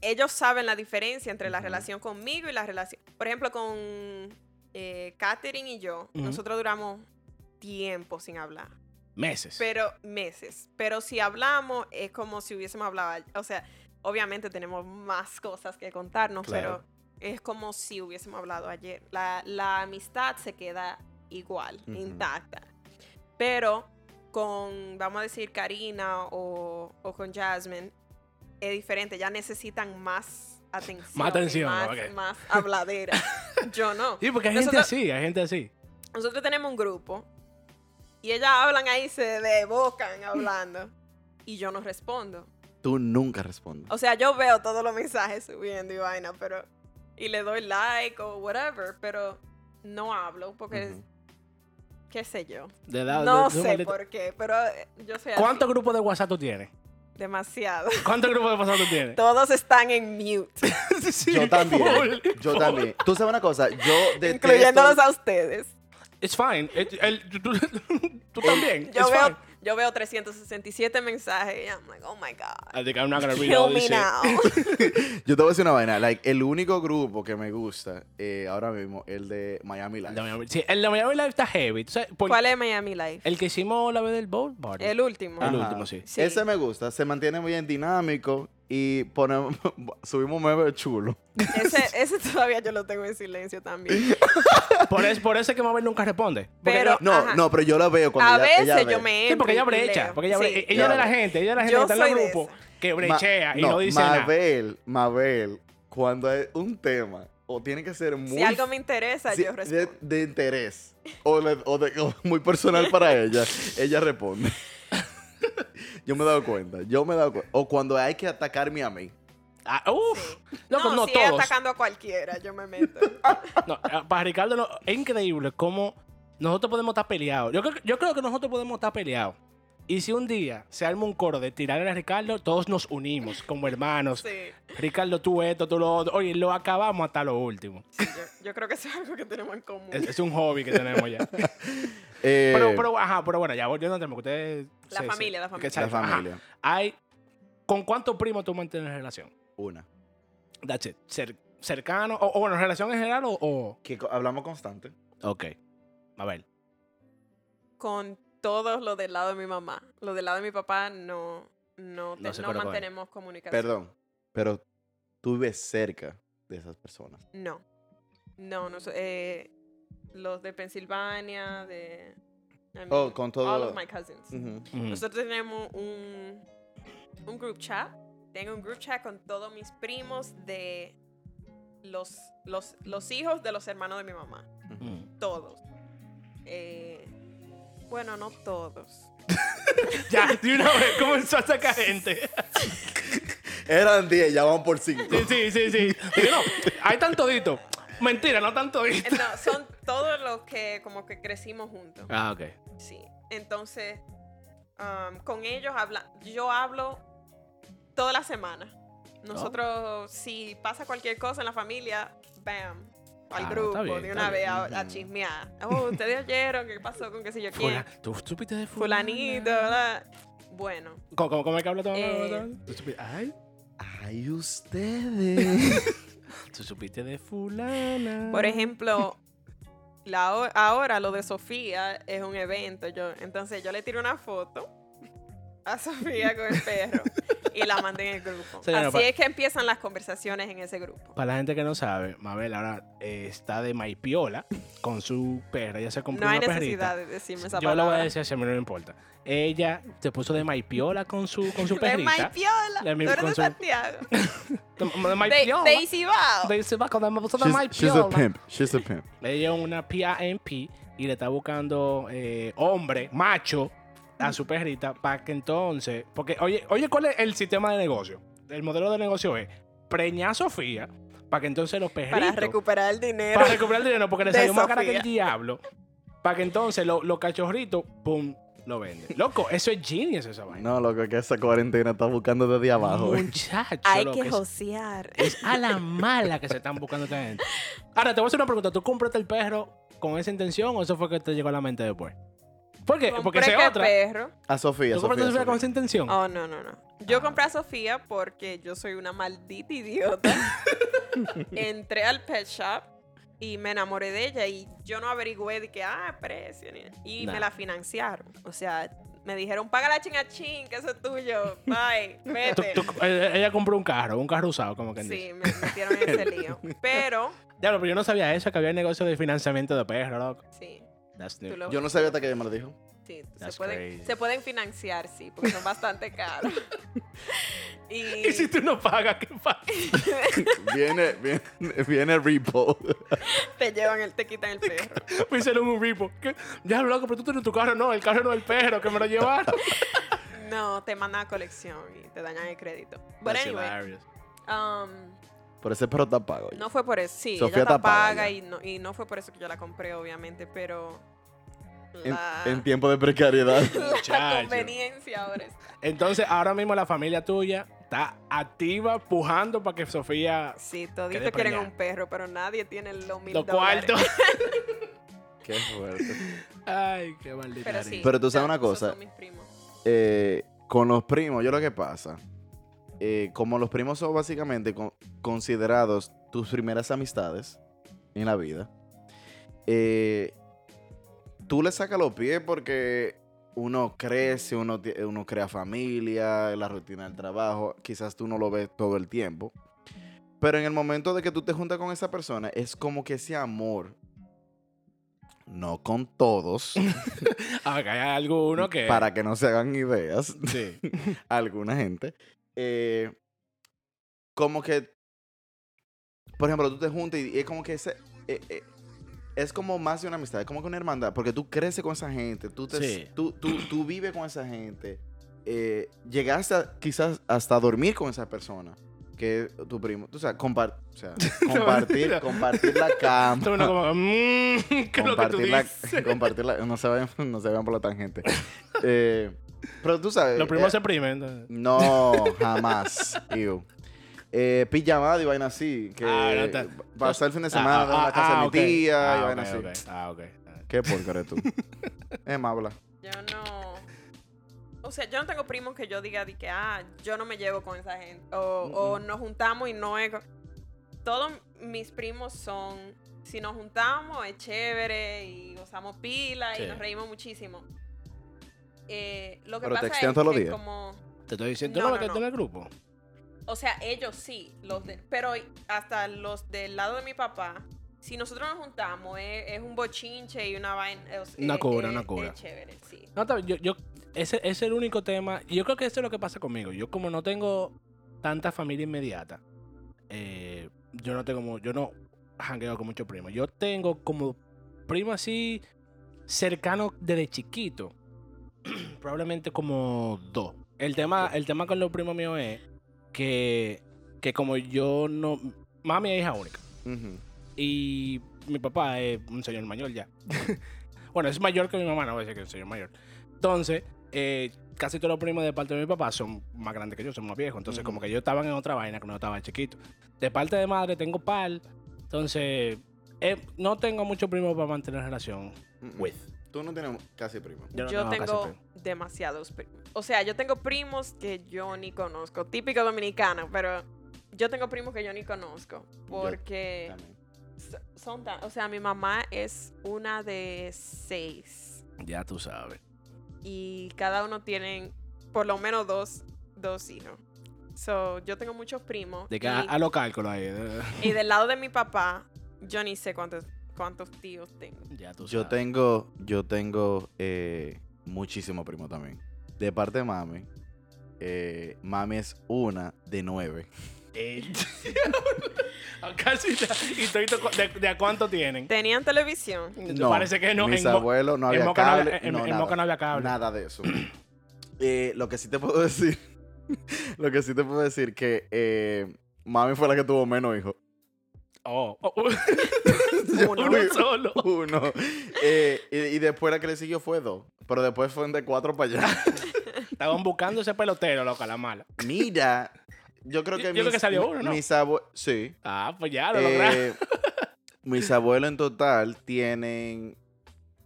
[SPEAKER 3] ellos saben la diferencia entre la
[SPEAKER 2] Ujú.
[SPEAKER 3] relación conmigo y la relación. Por ejemplo, con eh, Katherine y yo,
[SPEAKER 1] Ujú.
[SPEAKER 3] nosotros duramos tiempo sin hablar.
[SPEAKER 1] Meses.
[SPEAKER 3] Pero meses. Pero si hablamos, es como si hubiésemos hablado. ayer. O sea, obviamente tenemos más cosas que contarnos,
[SPEAKER 1] Claro.
[SPEAKER 3] pero es como si hubiésemos hablado ayer. La, la amistad se queda igual,
[SPEAKER 2] Ujú.
[SPEAKER 3] intacta. Pero con, vamos a decir, Karina o, o con Jasmine, es diferente. Ya necesitan más atención.
[SPEAKER 1] Más
[SPEAKER 3] y
[SPEAKER 1] atención,
[SPEAKER 3] Más,
[SPEAKER 1] ok.
[SPEAKER 3] más
[SPEAKER 1] *laughs*
[SPEAKER 3] habladera. Yo no.
[SPEAKER 1] Sí, porque hay
[SPEAKER 3] Nosotros-
[SPEAKER 1] gente así, hay gente así.
[SPEAKER 3] Nosotros tenemos un grupo y ellas hablan ahí,
[SPEAKER 1] *laughs*
[SPEAKER 3] se debocan hablando y yo no respondo.
[SPEAKER 2] Tú nunca respondes.
[SPEAKER 3] O sea, yo veo todos los mensajes subiendo y vaina, pero. Y le doy like o whatever, pero no hablo porque,
[SPEAKER 2] Ujú.
[SPEAKER 3] qué sé yo.
[SPEAKER 1] De edad-
[SPEAKER 3] no
[SPEAKER 1] de- de un
[SPEAKER 3] sé
[SPEAKER 1] maldito-
[SPEAKER 3] por qué, pero eh, yo soy así.
[SPEAKER 1] ¿Cuántos grupos de WhatsApp tú tienes?
[SPEAKER 3] Demasiado.
[SPEAKER 1] ¿Cuántos grupos de WhatsApp tú tienes?
[SPEAKER 3] Todos están en
[SPEAKER 1] *laughs*
[SPEAKER 3] mute,
[SPEAKER 1] Sí,
[SPEAKER 2] Yo también.
[SPEAKER 1] full,
[SPEAKER 2] Yo
[SPEAKER 1] full.
[SPEAKER 2] también. Tú sabes una cosa, yo detesto.
[SPEAKER 3] incluyéndolos a ustedes.
[SPEAKER 1] It's fine. It- el- tú, tú- tú también.
[SPEAKER 3] Yo
[SPEAKER 1] It's
[SPEAKER 3] veo,
[SPEAKER 1] fine.
[SPEAKER 3] yo veo 367 mensajes y I'm like, oh my god.
[SPEAKER 1] I think I'm not
[SPEAKER 3] *laughs*
[SPEAKER 1] gonna read all
[SPEAKER 3] Kill
[SPEAKER 1] this
[SPEAKER 3] me
[SPEAKER 1] shit. *laughs*
[SPEAKER 3] now.
[SPEAKER 2] Yo te voy a decir una vaina. Like, el único grupo que me gusta eh, ahora mismo, el de Miami
[SPEAKER 1] El
[SPEAKER 2] Live.
[SPEAKER 1] de Miami- sí, el de Miami Live está heavy. ¿Tú sabes? por-
[SPEAKER 3] ¿Cuál es Miami Life?
[SPEAKER 1] El que Ah, hicimos la vez del bowl party.
[SPEAKER 3] El último.
[SPEAKER 1] El
[SPEAKER 2] Ajá.
[SPEAKER 1] último, sí.
[SPEAKER 3] Sí.
[SPEAKER 2] Ese me gusta, se mantiene muy bien dinámico y ponemos, *laughs* subimos memes chulo.
[SPEAKER 3] Ese,
[SPEAKER 2] *laughs*
[SPEAKER 3] ese todavía yo lo tengo en silencio también.
[SPEAKER 1] Por, es, por eso es que Mabel nunca responde. Porque
[SPEAKER 3] Pero-
[SPEAKER 1] ella-
[SPEAKER 2] No,
[SPEAKER 3] Ajá.
[SPEAKER 2] no, pero yo la veo cuando
[SPEAKER 3] A
[SPEAKER 2] ella-
[SPEAKER 3] veces
[SPEAKER 2] ella ve.
[SPEAKER 3] yo me
[SPEAKER 1] sí,
[SPEAKER 3] entro
[SPEAKER 1] porque ella
[SPEAKER 3] y
[SPEAKER 1] brecha.
[SPEAKER 3] leo.
[SPEAKER 1] Porque ella, bre-
[SPEAKER 3] Sí.
[SPEAKER 1] ella es de la
[SPEAKER 2] Claro.
[SPEAKER 1] gente, ella es de la gente
[SPEAKER 3] Yo
[SPEAKER 1] que está en
[SPEAKER 3] soy
[SPEAKER 1] los
[SPEAKER 3] de
[SPEAKER 1] grupos que
[SPEAKER 2] Ma-
[SPEAKER 1] brechea y no, dice nada.
[SPEAKER 2] Mabel, Mabel, cuando hay un tema, o tiene que ser muy...
[SPEAKER 3] Si algo me interesa,
[SPEAKER 2] sí,
[SPEAKER 3] yo
[SPEAKER 2] de,
[SPEAKER 3] respondo.
[SPEAKER 2] de interés, o, le- o de- o muy personal para ella, ella responde. *laughs* yo me he dado cuenta, yo me he dado cuenta. O cuando hay que atacarme a mí.
[SPEAKER 1] Ah, uf. Loco,
[SPEAKER 3] No,
[SPEAKER 1] no,
[SPEAKER 3] si es
[SPEAKER 1] todos.
[SPEAKER 3] atacando a cualquiera, yo
[SPEAKER 2] *laughs*
[SPEAKER 3] me meto.
[SPEAKER 1] No, ah, para Ricardo no- es increíble cómo nosotros podemos estar peleados. Yo creo, que- yo creo que nosotros podemos estar peleados. Y si un día se arma un coro de tirarle a Ricardo, todos nos unimos como hermanos.
[SPEAKER 3] Sí,
[SPEAKER 1] Ricardo, tú esto, tú lo otro. Oye, lo acabamos hasta lo último.
[SPEAKER 3] sí, yo, yo creo que eso es algo que tenemos en común.
[SPEAKER 1] Es, es un hobby que tenemos *laughs* ya.
[SPEAKER 2] Eh,
[SPEAKER 1] Pero, pero, ajá, pero bueno, ya volviendo al tema que ustedes...
[SPEAKER 3] La
[SPEAKER 1] se- se-
[SPEAKER 3] familia, la
[SPEAKER 1] que
[SPEAKER 3] familia.
[SPEAKER 2] la
[SPEAKER 1] exacto, ajá.
[SPEAKER 2] familia,
[SPEAKER 1] Hay, ¿Con cuántos primos tú mantienes relación?
[SPEAKER 2] una.
[SPEAKER 1] That's it. Cer- cercano, o, o bueno, relación en general o... o-
[SPEAKER 2] Que co- hablamos constante.
[SPEAKER 1] Ok. A ver.
[SPEAKER 3] Con todos los del lado de mi mamá. Los del lado de mi papá no, no, te-
[SPEAKER 1] No se
[SPEAKER 3] no
[SPEAKER 1] colocan.
[SPEAKER 3] mantenemos comunicación.
[SPEAKER 2] Perdón, pero tú vives cerca de esas personas.
[SPEAKER 3] No. No, no sé. eh, los de Pensilvania, de... I mean,
[SPEAKER 2] Oh, con todo-
[SPEAKER 3] All of my cousins.
[SPEAKER 1] Ujú.
[SPEAKER 3] Nosotros tenemos un, un group chat. Tengo un group chat con todos mis primos de los, los, los hijos de los hermanos de mi mamá.
[SPEAKER 1] Mm.
[SPEAKER 3] Todos. Eh, bueno, no todos.
[SPEAKER 1] *laughs* Ya, de una vez comenzó a sacar gente.
[SPEAKER 2] Eran 10, ya van por 5.
[SPEAKER 1] Sí, sí, sí, sí. Digo, no, hay tantodito. Mentira, no
[SPEAKER 3] Eh,
[SPEAKER 1] tantodito.
[SPEAKER 3] No, son todos los que como que crecimos juntos.
[SPEAKER 1] Ah, ok.
[SPEAKER 3] Sí. Entonces, um, con ellos habla, yo hablo toda la semana.
[SPEAKER 1] Oh.
[SPEAKER 3] Nosotros, si pasa cualquier cosa en la familia, bam, al
[SPEAKER 1] Ah,
[SPEAKER 3] grupo,
[SPEAKER 1] está bien,
[SPEAKER 3] de
[SPEAKER 1] está
[SPEAKER 3] una vez
[SPEAKER 2] bien.
[SPEAKER 3] a, a
[SPEAKER 2] Ujú.
[SPEAKER 3] chismear. Oh, ustedes oyeron, ¿qué pasó con qué sé yo quién?
[SPEAKER 1] *laughs* Fula, ¿Tú supiste de fulana?
[SPEAKER 3] Fulanito, ¿verdad? Bueno,
[SPEAKER 1] ¿Cómo, cómo, cómo es que habla todo?
[SPEAKER 3] Eh.
[SPEAKER 1] ¿Tú supiste? Ay, *laughs*
[SPEAKER 2] Ay, ustedes.
[SPEAKER 1] tú supiste de fulana.
[SPEAKER 3] por ejemplo, la, ho- ahora lo de Sofía es un evento. Yo, entonces yo le tiro una foto a Sofía con el perro y la mandé en el grupo.
[SPEAKER 1] Señora,
[SPEAKER 3] Así
[SPEAKER 1] pa-
[SPEAKER 3] es que empiezan las conversaciones en ese grupo.
[SPEAKER 1] Para la gente que no sabe, Mabel ahora eh, está de maipiola con su perra. Ella se compró
[SPEAKER 3] No hay
[SPEAKER 1] una
[SPEAKER 3] necesidad
[SPEAKER 1] perrita.
[SPEAKER 3] de decirme esa
[SPEAKER 1] Yo lo voy a
[SPEAKER 3] palabra.
[SPEAKER 1] decir así, a mí no me importa. Ella se puso de maipiola con su, con su
[SPEAKER 3] *laughs* De
[SPEAKER 1] perrita.
[SPEAKER 3] Maipiola. Tú
[SPEAKER 1] La mi-
[SPEAKER 3] eres
[SPEAKER 1] con
[SPEAKER 3] de
[SPEAKER 1] su-
[SPEAKER 3] Santiago.
[SPEAKER 1] De, de
[SPEAKER 3] De,
[SPEAKER 1] maipiola.
[SPEAKER 3] de Isibao.
[SPEAKER 1] De- se va con- me puso de
[SPEAKER 2] She's, she's a
[SPEAKER 1] maipiola.
[SPEAKER 2] pimp. She's a pimp.
[SPEAKER 1] Le dieron una PIMP y le está buscando eh, hombre, macho, a su perrita para que entonces. Porque, oye, oye, ¿cuál es el sistema de negocio? El modelo de negocio es preñar a Sofía para que entonces los perritos.
[SPEAKER 3] Para recuperar el dinero.
[SPEAKER 1] para recuperar el dinero, porque le
[SPEAKER 3] de
[SPEAKER 1] salió más cara que el
[SPEAKER 3] Sofía.
[SPEAKER 1] diablo. Para que entonces lo- los cachorritos, pum, lo venden. Loco, eso es genius esa vaina.
[SPEAKER 2] No, loco, que esa cuarentena está buscando desde abajo. eh.
[SPEAKER 1] Muchacho,
[SPEAKER 3] Hay
[SPEAKER 1] loco,
[SPEAKER 3] que
[SPEAKER 1] es-
[SPEAKER 3] josear.
[SPEAKER 1] es a la mala que se están buscando esta gente. Ahora, te voy a hacer una pregunta. ¿Tú compraste el perro con esa intención o eso fue que te llegó a la mente después? ¿Por qué? Eh, Porque
[SPEAKER 3] Compré
[SPEAKER 1] esa
[SPEAKER 3] qué
[SPEAKER 1] es otra.
[SPEAKER 3] perro.
[SPEAKER 2] A Sofía,
[SPEAKER 1] ¿Tú compraste
[SPEAKER 2] Sofía,
[SPEAKER 1] el perro con esa
[SPEAKER 2] Sofía.
[SPEAKER 1] intención?
[SPEAKER 3] Oh, no, no, no.
[SPEAKER 1] Ah.
[SPEAKER 3] Yo compré a Sofía porque yo soy una
[SPEAKER 1] *laughs*
[SPEAKER 3] maldita idiota. Entré al pet shop y me enamoré de ella y yo no averigüé de que, ah, precio. ni- Y
[SPEAKER 1] Nah.
[SPEAKER 3] me la financiaron. O sea, me dijeron, paga la chingachín, que eso es tuyo. Bye,
[SPEAKER 1] *laughs* Tú-
[SPEAKER 3] vete.
[SPEAKER 1] tú- eh, ella compró un carro, un carro usado, como que dice.
[SPEAKER 3] Sí, me metieron en ese
[SPEAKER 1] *laughs*
[SPEAKER 3] lío. Pero,
[SPEAKER 1] Diablo, pero yo no sabía eso, que había negocio de financiamiento de perros, loco.
[SPEAKER 3] sí,
[SPEAKER 1] That's
[SPEAKER 3] tú
[SPEAKER 1] new.
[SPEAKER 3] lo-
[SPEAKER 2] Yo no sabía hasta que ella me lo dijo. *laughs*
[SPEAKER 3] Sí, se
[SPEAKER 1] That's
[SPEAKER 3] pueden,
[SPEAKER 1] crazy.
[SPEAKER 3] se pueden financiar, sí, porque son
[SPEAKER 1] *laughs*
[SPEAKER 3] bastante caros. y,
[SPEAKER 1] *laughs* ¿Y si tú no pagas, qué pasa?
[SPEAKER 2] Viene, viene, viene Repo.
[SPEAKER 3] *laughs* te llevan el, te quitan el perro.
[SPEAKER 1] Me hicieron un repo. ¿Qué? Diablo, loco, pero tú tienes tu carro. No, el carro no es el perro, que me lo
[SPEAKER 2] *laughs*
[SPEAKER 1] llevaron.
[SPEAKER 3] No, te mandan a colección y te dañan el crédito. Pero
[SPEAKER 1] That's
[SPEAKER 3] anyway,
[SPEAKER 1] hilarious.
[SPEAKER 3] um,
[SPEAKER 2] Pero ese perro está pago.
[SPEAKER 3] no fue por eso. Sí,
[SPEAKER 2] Sofía
[SPEAKER 3] ella
[SPEAKER 2] está
[SPEAKER 3] está
[SPEAKER 2] paga ya.
[SPEAKER 3] paga y no, y no fue por eso que yo la compré, obviamente, pero
[SPEAKER 2] en,
[SPEAKER 3] la,
[SPEAKER 2] en tiempo de precariedad.
[SPEAKER 3] *laughs* la
[SPEAKER 1] Muchacho.
[SPEAKER 3] conveniencia ahora está.
[SPEAKER 1] Entonces, ahora mismo la familia tuya está activa, pujando para que Sofía
[SPEAKER 3] *laughs* Sí,
[SPEAKER 1] Quedé
[SPEAKER 3] toditos quieren
[SPEAKER 1] preñada.
[SPEAKER 3] un perro, pero nadie tiene los mil
[SPEAKER 1] lo
[SPEAKER 3] dólares.
[SPEAKER 1] cuarto.
[SPEAKER 2] Qué fuerte.
[SPEAKER 1] *laughs* Ay, qué maldita.
[SPEAKER 3] Pero
[SPEAKER 1] risa.
[SPEAKER 3] sí.
[SPEAKER 2] Pero tú
[SPEAKER 3] ya,
[SPEAKER 2] sabes una
[SPEAKER 3] esos
[SPEAKER 2] cosa.
[SPEAKER 3] son mis primos.
[SPEAKER 2] eh, con los primos, yo lo que pasa, eh, como los primos son básicamente con- considerados tus primeras amistades en la vida, eh, tú le sacas los pies porque uno crece, uno, tie- uno crea familia, la rutina del trabajo, quizás tú no lo ves todo el tiempo. Pero en el momento de que tú te juntas con esa persona, es como que ese amor, no con todos,
[SPEAKER 1] Acá hay alguno que.
[SPEAKER 2] para que no se hagan ideas,
[SPEAKER 1] Sí.
[SPEAKER 2] alguna gente, eh, como que, por ejemplo, tú te juntas y, y es como que ese, eh, eh, es como más de una amistad, es como que una hermandad, porque tú creces con esa gente, tú, te-
[SPEAKER 1] Sí.
[SPEAKER 2] tú, tú, tú vives con esa gente, eh, llegaste a- quizás hasta dormir con esa persona que es tu primo, o sea, compar- o
[SPEAKER 1] *laughs*
[SPEAKER 2] sea, compartir,
[SPEAKER 1] mentira. *laughs*
[SPEAKER 2] compartir la cama.
[SPEAKER 1] Todo uno como. Mmm, *laughs* ¿Qué es lo que tú
[SPEAKER 2] Compartir la,
[SPEAKER 1] dices?
[SPEAKER 2] compartir la- no se vayan, *laughs* no se vayan por la tangente. Eh, pero tú sabes.
[SPEAKER 1] Los primos
[SPEAKER 2] eh,
[SPEAKER 1] se primen. entonces.
[SPEAKER 2] no, jamás. Ew. Eh, pijamada y vaina así. Que
[SPEAKER 1] Ah, no te-
[SPEAKER 2] pasar el fin de semana
[SPEAKER 1] Ah,
[SPEAKER 2] en la
[SPEAKER 1] ah,
[SPEAKER 2] casa de
[SPEAKER 1] ah,
[SPEAKER 2] mi
[SPEAKER 1] ok.
[SPEAKER 2] tía y
[SPEAKER 1] Ah,
[SPEAKER 2] vaina
[SPEAKER 1] ok,
[SPEAKER 2] así.
[SPEAKER 1] ok. Ah, ok.
[SPEAKER 2] Qué porco
[SPEAKER 1] *laughs*
[SPEAKER 2] eres tú. Emma habla.
[SPEAKER 3] Yo no. O sea, yo no tengo primos que yo diga de que, ah, yo no me llevo con esa gente. O, o nos juntamos y no es. co- Todos mis primos son. Si nos juntamos es chévere y gozamos pila
[SPEAKER 1] Sí.
[SPEAKER 3] y nos reímos muchísimo. Eh, lo que
[SPEAKER 2] Pero te
[SPEAKER 3] pasa
[SPEAKER 2] textean
[SPEAKER 3] es
[SPEAKER 2] todos los
[SPEAKER 3] que
[SPEAKER 2] días.
[SPEAKER 3] como.
[SPEAKER 1] Te estoy diciendo.
[SPEAKER 3] No,
[SPEAKER 1] No, no,
[SPEAKER 3] no,
[SPEAKER 1] que
[SPEAKER 3] no.
[SPEAKER 1] tú en el grupo.
[SPEAKER 3] O sea, ellos sí, los de- pero hasta los del lado de mi papá, si nosotros nos juntamos, es, es un bochinche y una vaina. es-
[SPEAKER 1] Una
[SPEAKER 3] es-
[SPEAKER 1] cura,
[SPEAKER 3] es-
[SPEAKER 1] una cura.
[SPEAKER 3] Es chévere, sí.
[SPEAKER 1] No, está bien, yo, yo, ese ese es el único tema. Yo creo que eso es lo que pasa conmigo. Yo como no tengo tanta familia inmediata, eh, yo no tengo, mu- yo no jangueo con muchos primos. Yo tengo como primo así cercano desde chiquito, *clears throat* probablemente como dos. El tema, el tema con los primos míos es que, que como yo no, mami es hija única.
[SPEAKER 2] Ujú.
[SPEAKER 1] Y mi papá es un señor mayor
[SPEAKER 2] *laughs*
[SPEAKER 1] ya. bueno, es mayor que mi mamá, no voy a decir que es un señor mayor. Entonces, eh, casi todos los primos de parte de mi papá son más grandes que yo, son más viejos. Entonces,
[SPEAKER 2] Ujú.
[SPEAKER 1] como que yo estaban en otra vaina cuando estaba chiquito. De parte de madre tengo pal. Entonces, eh, no tengo muchos primos para mantener relación
[SPEAKER 2] Mm, mm.
[SPEAKER 1] with.
[SPEAKER 2] Tú no tienes casi primo.
[SPEAKER 1] no
[SPEAKER 3] Yo
[SPEAKER 1] casi
[SPEAKER 3] tengo
[SPEAKER 1] primo.
[SPEAKER 3] demasiados primos. O sea, yo tengo primos que yo ni conozco. Típico dominicano, pero yo tengo primos que yo ni conozco. Porque
[SPEAKER 2] También.
[SPEAKER 3] so- son tan. O sea, mi mamá es una de seis.
[SPEAKER 1] Ya tú sabes.
[SPEAKER 3] Y cada uno tienen por lo menos dos, dos hijos. So, yo tengo muchos primos.
[SPEAKER 1] De que
[SPEAKER 3] y,
[SPEAKER 1] a, a los cálculos ahí.
[SPEAKER 2] *laughs*
[SPEAKER 1] eh,
[SPEAKER 3] y del lado de mi papá, yo ni sé cuántos, cuántos tíos tengo.
[SPEAKER 1] Ya tú
[SPEAKER 2] Yo
[SPEAKER 1] sabes.
[SPEAKER 2] tengo, yo tengo eh, muchísimo primo también. De parte de mami, eh, mami es una de nueve.
[SPEAKER 1] Eh, *laughs* Casi. ya. ¿Y todito cu- de, de a cuánto tienen?
[SPEAKER 3] Tenían televisión.
[SPEAKER 2] No,
[SPEAKER 1] Parece que no.
[SPEAKER 2] Mis
[SPEAKER 1] en Mo-
[SPEAKER 2] abuelos no
[SPEAKER 1] en
[SPEAKER 2] había
[SPEAKER 1] Moca no había-
[SPEAKER 2] cable.
[SPEAKER 1] en-
[SPEAKER 2] no,
[SPEAKER 1] en
[SPEAKER 2] nada,
[SPEAKER 1] Moca no había cable.
[SPEAKER 2] Nada de eso. Eh, lo que sí te puedo *laughs* decir, lo que sí te puedo decir que eh, mami fue la que tuvo menos hijos. *laughs*
[SPEAKER 1] Oh, oh, *laughs* oh,
[SPEAKER 3] Uno.
[SPEAKER 1] uno solo.
[SPEAKER 2] Uno. Eh, y, y después la que le siguió fue dos. Pero después fueron de cuatro para allá. *laughs*
[SPEAKER 1] Estaban buscando ese pelotero, loca, la mala.
[SPEAKER 2] Mira, yo creo que
[SPEAKER 1] Yo- yo creo que salió uno, ¿no?
[SPEAKER 2] Mis abuelos. Sí.
[SPEAKER 1] Ah, pues ya lo
[SPEAKER 2] Eh,
[SPEAKER 1] lograron. *laughs*
[SPEAKER 2] mis abuelos en total tienen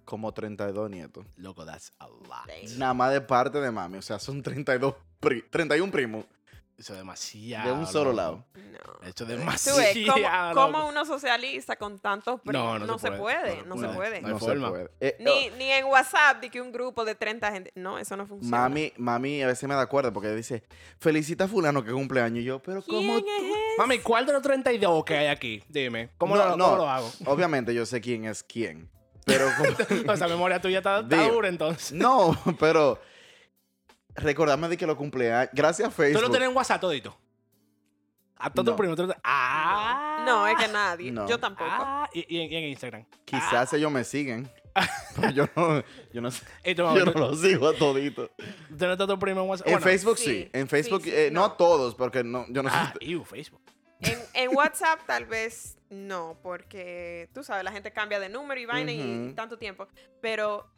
[SPEAKER 2] como 32 nietos.
[SPEAKER 1] Loco, that's a lot.
[SPEAKER 3] Damn.
[SPEAKER 2] Nada más de parte de mami. O sea, son 32 pri- 31 primos
[SPEAKER 1] Eso es demasiado.
[SPEAKER 2] de un solo
[SPEAKER 1] loco.
[SPEAKER 2] lado.
[SPEAKER 3] No.
[SPEAKER 1] Eso es
[SPEAKER 3] Tú ves, ¿cómo,
[SPEAKER 1] demasiado.
[SPEAKER 3] cómo
[SPEAKER 1] loco.
[SPEAKER 3] uno socializa con tantos primos?
[SPEAKER 1] no
[SPEAKER 3] No,
[SPEAKER 1] se
[SPEAKER 3] se
[SPEAKER 1] puede,
[SPEAKER 3] puede, no,
[SPEAKER 1] no,
[SPEAKER 3] se puede.
[SPEAKER 1] no hay forma.
[SPEAKER 2] Eh,
[SPEAKER 3] Ni, ni en WhatsApp de que un grupo de 30 gente. No, eso no funciona.
[SPEAKER 2] Mami, mami a veces me da cuerda porque dice, felicita a fulano que cumple años. Y yo, pero ¿cómo
[SPEAKER 3] ¿Quién es?
[SPEAKER 1] Mami, ¿cuál de los 32 que hay aquí? Dime. ¿Cómo,
[SPEAKER 2] No,
[SPEAKER 1] lo,
[SPEAKER 2] no.
[SPEAKER 1] cómo lo hago?
[SPEAKER 2] Obviamente yo sé quién es quién. Pero
[SPEAKER 1] *laughs*
[SPEAKER 2] como-
[SPEAKER 1] O sea, memoria tuya está, está
[SPEAKER 2] Digo,
[SPEAKER 1] dura entonces.
[SPEAKER 2] no, *laughs* pero recordarme de que lo cumpleaños. Gracias a
[SPEAKER 1] ¿Tú
[SPEAKER 2] Facebook.
[SPEAKER 1] lo tienes en WhatsApp todito? A todos tus
[SPEAKER 2] No.
[SPEAKER 1] primos. tú lo tienes- Ah.
[SPEAKER 3] No, es que nadie.
[SPEAKER 2] No.
[SPEAKER 3] Yo tampoco.
[SPEAKER 1] Ah, y, y en, y en Instagram.
[SPEAKER 2] Quizás ellos me siguen. pero yo no, yo no sé.
[SPEAKER 1] Y tu mamá,
[SPEAKER 2] Yo no
[SPEAKER 1] ¿tú-
[SPEAKER 2] los sigo a
[SPEAKER 3] *laughs*
[SPEAKER 2] todito.
[SPEAKER 1] tú tienes a tu primo en WhatsApp?
[SPEAKER 2] En
[SPEAKER 1] Bueno,
[SPEAKER 2] Facebook sí.
[SPEAKER 3] sí,
[SPEAKER 2] En
[SPEAKER 3] sí,
[SPEAKER 2] Facebook,
[SPEAKER 3] sí,
[SPEAKER 2] eh, no.
[SPEAKER 3] no.
[SPEAKER 2] a todos, porque no, yo no
[SPEAKER 1] Ah,
[SPEAKER 2] sé.
[SPEAKER 1] ew, Facebook.
[SPEAKER 3] En, en WhatsApp tal vez no, porque tú sabes, la gente cambia de número y vaina y
[SPEAKER 2] Ujú.
[SPEAKER 3] tanto tiempo. Pero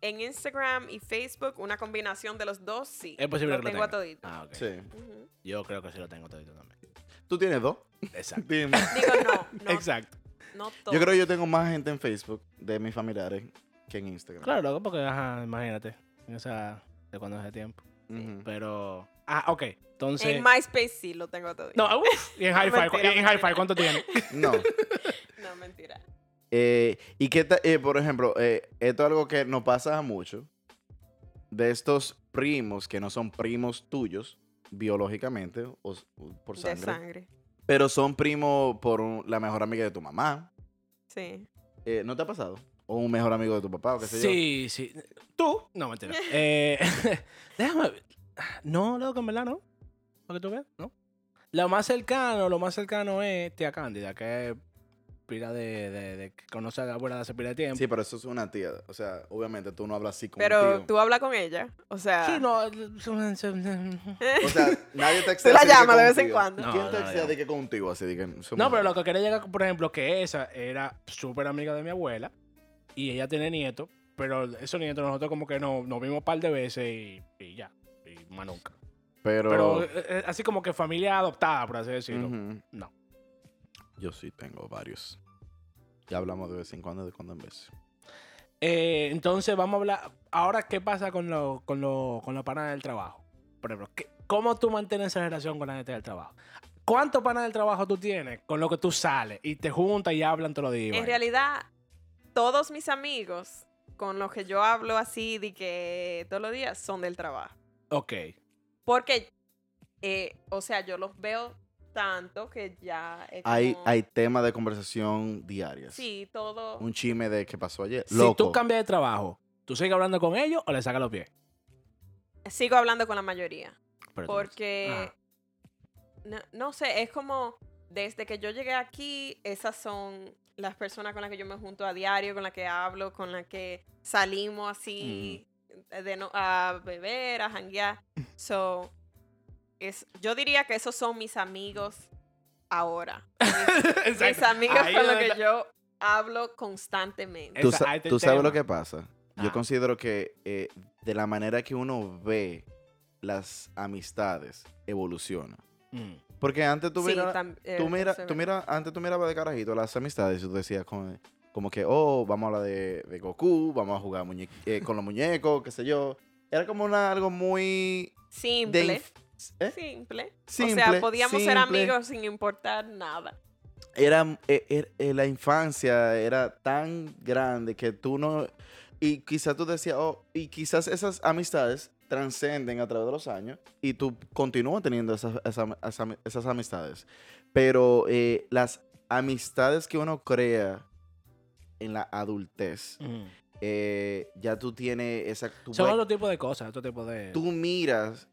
[SPEAKER 3] en Instagram y Facebook, una combinación de los dos sí.
[SPEAKER 1] Es posible
[SPEAKER 3] Lo
[SPEAKER 1] que lo
[SPEAKER 3] tengo a
[SPEAKER 1] tenga.
[SPEAKER 3] todito.
[SPEAKER 1] Ah, ok.
[SPEAKER 2] Sí.
[SPEAKER 3] Ujú.
[SPEAKER 1] Yo creo que sí lo tengo todito también.
[SPEAKER 2] *laughs* ¿Tú tienes dos? *laughs*
[SPEAKER 1] Exacto.
[SPEAKER 2] Dime.
[SPEAKER 3] Digo, no,
[SPEAKER 1] *laughs*
[SPEAKER 3] no,
[SPEAKER 1] Exacto.
[SPEAKER 3] no todo.
[SPEAKER 2] Yo creo que yo tengo más gente en Facebook de mis familiares que en Instagram.
[SPEAKER 1] Claro, loco, porque, ajá, imagínate. O sea, de cuando hace tiempo.
[SPEAKER 2] Ujú.
[SPEAKER 1] Pues, Pero. Ah, ok. Entonces.
[SPEAKER 3] En MySpace sí lo tengo a todito.
[SPEAKER 1] No, uf,
[SPEAKER 3] *laughs*
[SPEAKER 1] y en hi
[SPEAKER 3] Mentira,
[SPEAKER 1] en
[SPEAKER 3] mentira.
[SPEAKER 1] hi ¿cuánto
[SPEAKER 2] *laughs*
[SPEAKER 1] tiene?
[SPEAKER 2] No.
[SPEAKER 3] No, mentira.
[SPEAKER 2] Eh, y que, por ejemplo, eh, esto es algo que nos pasa mucho. De estos primos que no son primos tuyos, biológicamente, o, s- o por
[SPEAKER 3] De
[SPEAKER 2] sangre.
[SPEAKER 3] sangre.
[SPEAKER 2] Pero son primos por un- la mejor amiga de tu mamá.
[SPEAKER 3] Sí.
[SPEAKER 2] Eh, ¿No te ha pasado? O un mejor amigo de tu papá, o qué sé yo.
[SPEAKER 1] Sí, sí. ¿Tú? No,
[SPEAKER 3] *laughs*
[SPEAKER 1] mentira. Eh, *laughs* déjame. ver. No, loco, en verdad no. Lo que tú ves, no. Lo más cercano, lo más cercano es tía Cándida, que es pila de, de, de que conoce a la abuela de hace pila de tiempo.
[SPEAKER 2] Sí, pero eso es una tía. O sea, obviamente tú no hablas así con un
[SPEAKER 3] Pero
[SPEAKER 2] tío.
[SPEAKER 3] tú hablas con ella. O sea.
[SPEAKER 1] Sí, no. eh,
[SPEAKER 2] O sea, nadie te
[SPEAKER 3] *laughs* Tú
[SPEAKER 2] excede.
[SPEAKER 3] la llamas de vez en cuando.
[SPEAKER 1] No,
[SPEAKER 2] ¿Quién te
[SPEAKER 1] no,
[SPEAKER 2] excede
[SPEAKER 1] no.
[SPEAKER 2] de que contigo? Así de que somos-
[SPEAKER 1] No, pero lo que quería llegar, por ejemplo, que esa era súper amiga de mi abuela y ella tiene nietos, pero esos nietos nosotros como que no- nos vimos un par de veces y, y ya, y más nunca.
[SPEAKER 2] Pero.
[SPEAKER 1] Pero eh, eh, así como que familia adoptada, por así decirlo.
[SPEAKER 2] Ujú.
[SPEAKER 1] No.
[SPEAKER 2] Yo sí tengo varios. Ya hablamos de vez en cuando, de cuando en vez.
[SPEAKER 1] Eh, entonces vamos a hablar, ahora qué pasa con los con lo, con los panas del trabajo. Por ejemplo, ¿qué- ¿cómo tú mantienes esa relación con la gente del trabajo? ¿Cuántos panas del trabajo tú tienes con lo que tú sales y te juntas y hablan todos los días?
[SPEAKER 3] En realidad, todos mis amigos con los que yo hablo así de que todos los días son del trabajo.
[SPEAKER 1] Ok.
[SPEAKER 3] Porque, eh, o sea, yo los veo tanto que ya es
[SPEAKER 2] Hay,
[SPEAKER 3] como-
[SPEAKER 2] hay temas de conversación diarias.
[SPEAKER 3] Ah. Sí, todo...
[SPEAKER 2] Un chisme de qué pasó ayer.
[SPEAKER 1] Si tú
[SPEAKER 2] Loco.
[SPEAKER 1] cambias de trabajo, ¿tú sigues hablando con ellos o le sacas los pies?
[SPEAKER 3] Sigo hablando con la mayoría.
[SPEAKER 1] Pero tú-
[SPEAKER 3] Porque...
[SPEAKER 1] Ajá.
[SPEAKER 2] Ah.
[SPEAKER 3] No, no sé, es como... Desde que yo llegué aquí, esas son las personas con las que yo me junto a diario, con las que hablo, con las que salimos así de no- a beber, a janguear.
[SPEAKER 2] *laughs*
[SPEAKER 3] So, es, yo diría que esos son mis amigos ahora.
[SPEAKER 1] *laughs*
[SPEAKER 3] Mis
[SPEAKER 1] Exacto.
[SPEAKER 3] amigos
[SPEAKER 1] Ahí
[SPEAKER 3] con
[SPEAKER 1] es
[SPEAKER 3] los
[SPEAKER 1] donde
[SPEAKER 3] que
[SPEAKER 1] está-
[SPEAKER 3] yo hablo constantemente.
[SPEAKER 2] Tú,
[SPEAKER 1] Esa-
[SPEAKER 2] sa-
[SPEAKER 1] ahí está el
[SPEAKER 2] tú sabes lo
[SPEAKER 1] tema.
[SPEAKER 2] que pasa. Yo
[SPEAKER 1] Ah.
[SPEAKER 2] considero que eh, de la manera que uno ve las amistades evoluciona.
[SPEAKER 1] Mm.
[SPEAKER 2] Porque antes tú,
[SPEAKER 3] Sí,
[SPEAKER 2] miras-
[SPEAKER 3] tam- eh,
[SPEAKER 2] tú, mira,
[SPEAKER 3] eso es
[SPEAKER 2] tú
[SPEAKER 3] verdad.
[SPEAKER 2] mira, antes tú mirabas de carajito las amistades y tú decías como, como que, oh, vamos a hablar de, de Goku, vamos a jugar muñe- eh, con los muñecos, qué sé yo. Era como una, algo muy... de
[SPEAKER 3] Simple.
[SPEAKER 2] inf- ¿eh?
[SPEAKER 3] Simple.
[SPEAKER 2] Simple,
[SPEAKER 3] O sea, podíamos ser
[SPEAKER 2] simple.
[SPEAKER 3] amigos sin importar nada.
[SPEAKER 2] Era, eh, er- eh, la infancia era tan grande que tú no... Y quizás tú decías, oh, y quizás esas amistades transcenden a través de los años y tú continúas teniendo esas, esa- esa- esas amistades. Pero eh, las amistades que uno crea en la adultez,
[SPEAKER 1] Ujú.
[SPEAKER 2] eh, ya tú tienes esa... Tú,
[SPEAKER 1] Mm. Son
[SPEAKER 2] puedes-
[SPEAKER 1] otro tipo de cosas, otro tipo de...
[SPEAKER 2] tú miras